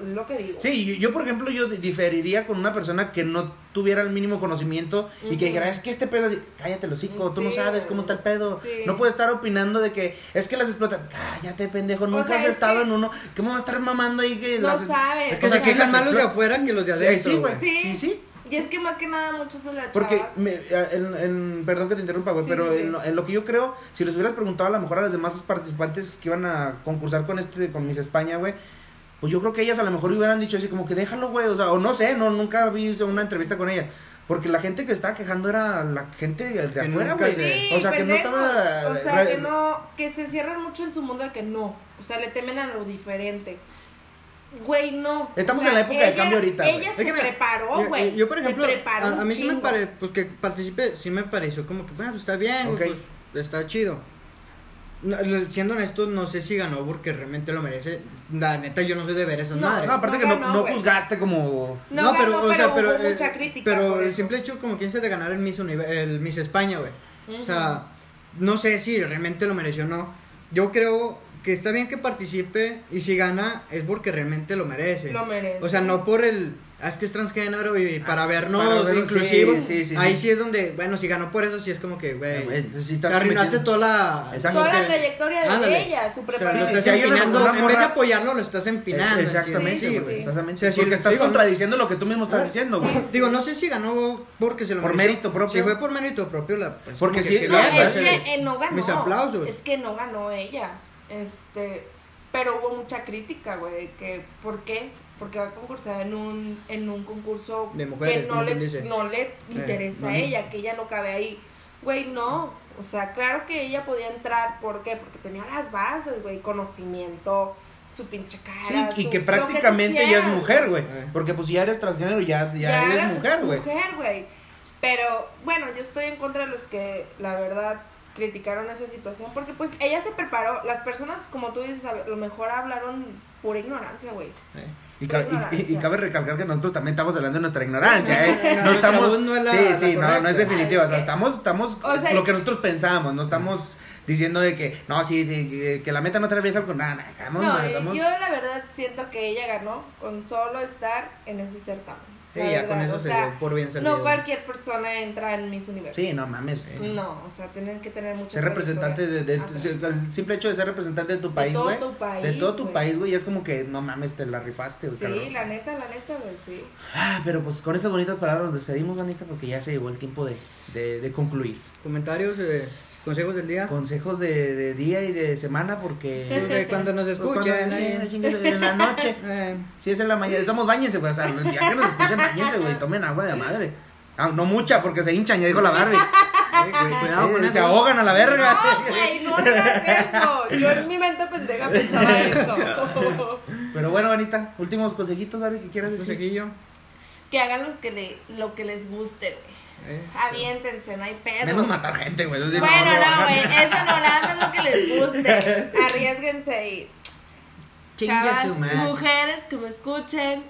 S3: lo, lo que digo.
S2: Sí, yo, yo, por ejemplo, yo di- diferiría con una persona que no tuviera el mínimo conocimiento y que
S3: Ujú.
S2: dijera, es que este pedo así, cállate el hocico, tú no
S3: Sí,
S2: sabes
S3: güey.
S2: cómo está el pedo.
S3: Sí.
S2: No puedes estar opinando de que es que las explotan. Cállate, pendejo, nunca
S3: sea,
S2: has
S3: es
S2: estado
S3: que-
S2: en uno. ¿Cómo vas a estar mamando ahí que
S3: No
S2: las-
S3: sabes.
S1: Es que
S2: O sea,
S1: se
S2: que
S1: fijan
S2: las
S1: más los de
S2: explo-
S1: afuera que los de
S2: Sí,
S1: adentro.
S2: sí, güey.
S3: Sí.
S2: ¿Y sí?
S3: Y es que más que nada muchas de las
S2: Porque,
S3: chavas...
S2: me- a- en, en- perdón que te interrumpa, güey,
S3: Sí,
S2: pero
S3: sí, sí.
S2: En, lo, en lo que yo creo, si les hubieras preguntado a lo mejor a las demás participantes que iban a concursar con este, con Miss España, güey, pues yo creo que ellas a lo mejor hubieran dicho así como que déjalo, güey, o sea, o no sé, no, nunca vi una entrevista con ella. Porque la gente que estaba quejando era la gente de, de
S1: Que
S2: afuera,
S1: nunca
S2: güey.
S1: se-
S3: Ah, Sí,
S2: o sea, que no
S3: pendejos.
S2: estaba...
S3: O sea, que
S2: ra-
S3: no. Que se cierran mucho en su mundo de que no. O sea, le temen a lo diferente. Güey, no.
S2: Estamos
S3: O sea,
S2: en la época de
S3: ella-
S2: cambio ahorita, güey.
S3: Ella
S1: Es
S3: se
S1: que mira,
S3: preparó,
S1: yo-
S3: güey.
S1: Yo, por ejemplo,
S3: se preparó
S1: a, a
S3: un
S1: mí sí me
S3: chingo.
S1: pareció, pues que participé, sí me pareció como que, bueno, pues está bien, güey,
S2: Ok.
S1: pues, está chido. No, l- siendo honesto, no sé si ganó porque realmente lo merece. La neta, yo no soy de ver esas
S3: No,
S1: madres.
S2: No, aparte
S3: no
S2: que no,
S3: ganó,
S2: no
S3: güey.
S2: juzgaste como...
S3: No, pero, ganó, pero, hubo
S1: eh,
S3: mucha crítica.
S1: Pero
S3: por
S1: el
S3: eso.
S1: simple hecho, como quien se de ganar el Miss, Unive- el Miss España, güey.
S3: Ujú.
S1: O sea, no sé si realmente lo mereció o no. Yo creo que está bien que participe y si gana es porque realmente lo merece.
S3: Lo merece. Ah,
S1: O sea, no por el. "Ah, Es que es transgénero y para vernos
S2: para verlo,
S1: inclusivo.
S2: sí, sí, sí,
S1: ahí
S2: sí.
S1: sí. es donde, bueno, si ganó por eso, sí es como que,
S2: Eh, güey,
S1: güey.
S2: entonces sí
S1: te
S2: estás
S1: arruinaste
S2: cometiendo-
S1: toda la.
S2: Exacto.
S3: Toda la
S1: que-
S3: trayectoria de
S1: Ándale.
S3: ella, su
S1: O sea, lo
S2: Sí, sí,
S1: estás
S2: sí,
S3: preparación.
S2: hay una-
S1: empinando.
S2: una
S1: En vez de
S2: morra-
S1: apoyarlo, lo estás empinando. así,
S2: Eh, Exactamente,
S1: sí,
S2: güey,
S1: güey.
S2: exactamente.
S1: O sea, si-
S2: Porque estás
S1: digo, no-
S2: contradiciendo lo que tú mismo estás
S1: Ah,
S2: diciendo,
S3: sí.
S2: güey.
S1: Digo, no sé si ganó porque se lo
S2: Por
S1: mereció.
S2: mérito propio.
S1: Si fue por mérito propio, la, pues,
S2: Porque
S1: como
S2: sí,
S1: qué
S2: la-
S3: No,
S1: bien,
S3: es
S1: pues,
S3: que
S1: eh,
S3: eh, no ganó.
S1: Mis aplausos.
S3: Es que no ganó ella. Este, pero hubo mucha crítica, güey, que ¿por qué? Porque va a concursar en un en un concurso
S1: De mujeres,
S3: que
S1: como
S3: no le
S1: quien dice.
S3: no le interesa a
S1: ajá.
S3: ella, que ella no cabe ahí. Güey, no. O sea, claro que ella podía entrar, ¿por qué? Porque tenía las bases, güey, conocimiento, su pinche
S2: Sí,
S3: cara.
S2: y
S3: su-
S2: que
S3: lo tú
S2: prácticamente ya es
S3: quieras.
S2: mujer, güey.
S1: Eh.
S2: Porque pues ya eres transgénero, ya, ya,
S3: eres
S2: eres mujer, güey.
S3: Mujer, güey. Pero bueno, yo estoy en contra de los que, la verdad, criticaron esa situación porque pues ella se preparó. Las personas, como tú dices, a lo mejor hablaron pura ignorancia, güey.
S2: Eh, Y, ca- y- y- y cabe recalcar que nosotros también estamos hablando de nuestra
S1: Sí,
S2: ignorancia, ¿eh?
S1: no,
S2: No
S1: no,
S2: estamos.
S1: no es la-
S2: sí,
S1: la
S2: sí, no, no
S1: correcta.
S2: es definitiva. O sea,
S3: Es que-
S2: estamos, estamos
S3: O sea,
S2: lo que nosotros pensamos, no estamos diciendo de que, no, sí, de- de- que la meta no atraviesa el con nada, nada, estamos,
S3: No,
S2: estamos-
S3: yo la verdad siento que ella ganó con solo estar en ese certamen.
S2: Y
S3: la
S2: ya con
S3: verdad,
S2: eso
S3: o
S2: se
S3: sea,
S2: dio por bien servido.
S3: No cualquier persona entra en mis universos.
S2: Sí, no mames. eh.
S3: No, o sea, tienen que tener mucha
S2: Ser representante de, de-
S3: trayectoria. Ajá.
S2: el simple hecho de ser representante de tu
S3: De
S2: país,
S3: todo
S2: güey.
S3: tu país,
S2: De todo tu
S3: güey.
S2: país, güey. y Es como que no mames, te la rifaste, güey.
S3: Sí,
S2: cabrón.
S3: la neta, la neta, güey, sí.
S2: Ah, pero pues con estas bonitas palabras nos despedimos, bandita, porque ya se llegó el tiempo de, de, de concluir.
S1: Comentarios, eh, consejos del día.
S2: Consejos de, de día y de semana, porque.
S1: De cuando nos escuchen.
S2: Cuando- sí,
S1: eh,
S2: chingue- en la noche.
S1: eh,
S2: Si es en la mañana, estamos bañense, güey. O sea, el día que nos escuchen, bañense, güey. Tomen agua de madre. Ah, no mucha, porque se hinchan, ya dijo la Barbie.
S1: eh, güey, cuidado con
S2: Eh, se
S1: eso.
S2: ahogan a la verga.
S3: No, güey, no hagas eso. Yo en mi mente pendeja pensaba eso.
S2: Pero bueno, Anita, últimos consejitos, Barbie, que quieras decir.
S1: Consejillo.
S3: que hagan lo que, le, lo que les guste, güey.
S1: eh.
S3: Aviéntense, no hay pedo.
S2: Menos matar gente, güey. eso sí, no,
S3: bueno,
S2: no,
S3: no,
S2: no.
S3: güey, eso no, nada más lo que les guste. Arriesguense y
S1: Chingue
S3: Chavas,
S1: su madre.
S3: mujeres que me escuchen,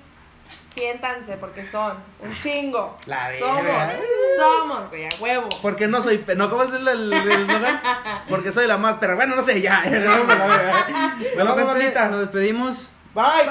S3: siéntanse porque son un chingo.
S2: La
S3: somos,
S2: verga.
S3: somos, güey, a huevo.
S2: Porque no soy. pe- No, ¿cómo es el el- el eslogan? Porque soy la más perra. Bueno, no sé, ya. Nos vemos a la verga. Nos
S1: Bueno,
S2: vemos,
S1: gente,
S2: bandita.
S1: nos despedimos.
S2: Bye.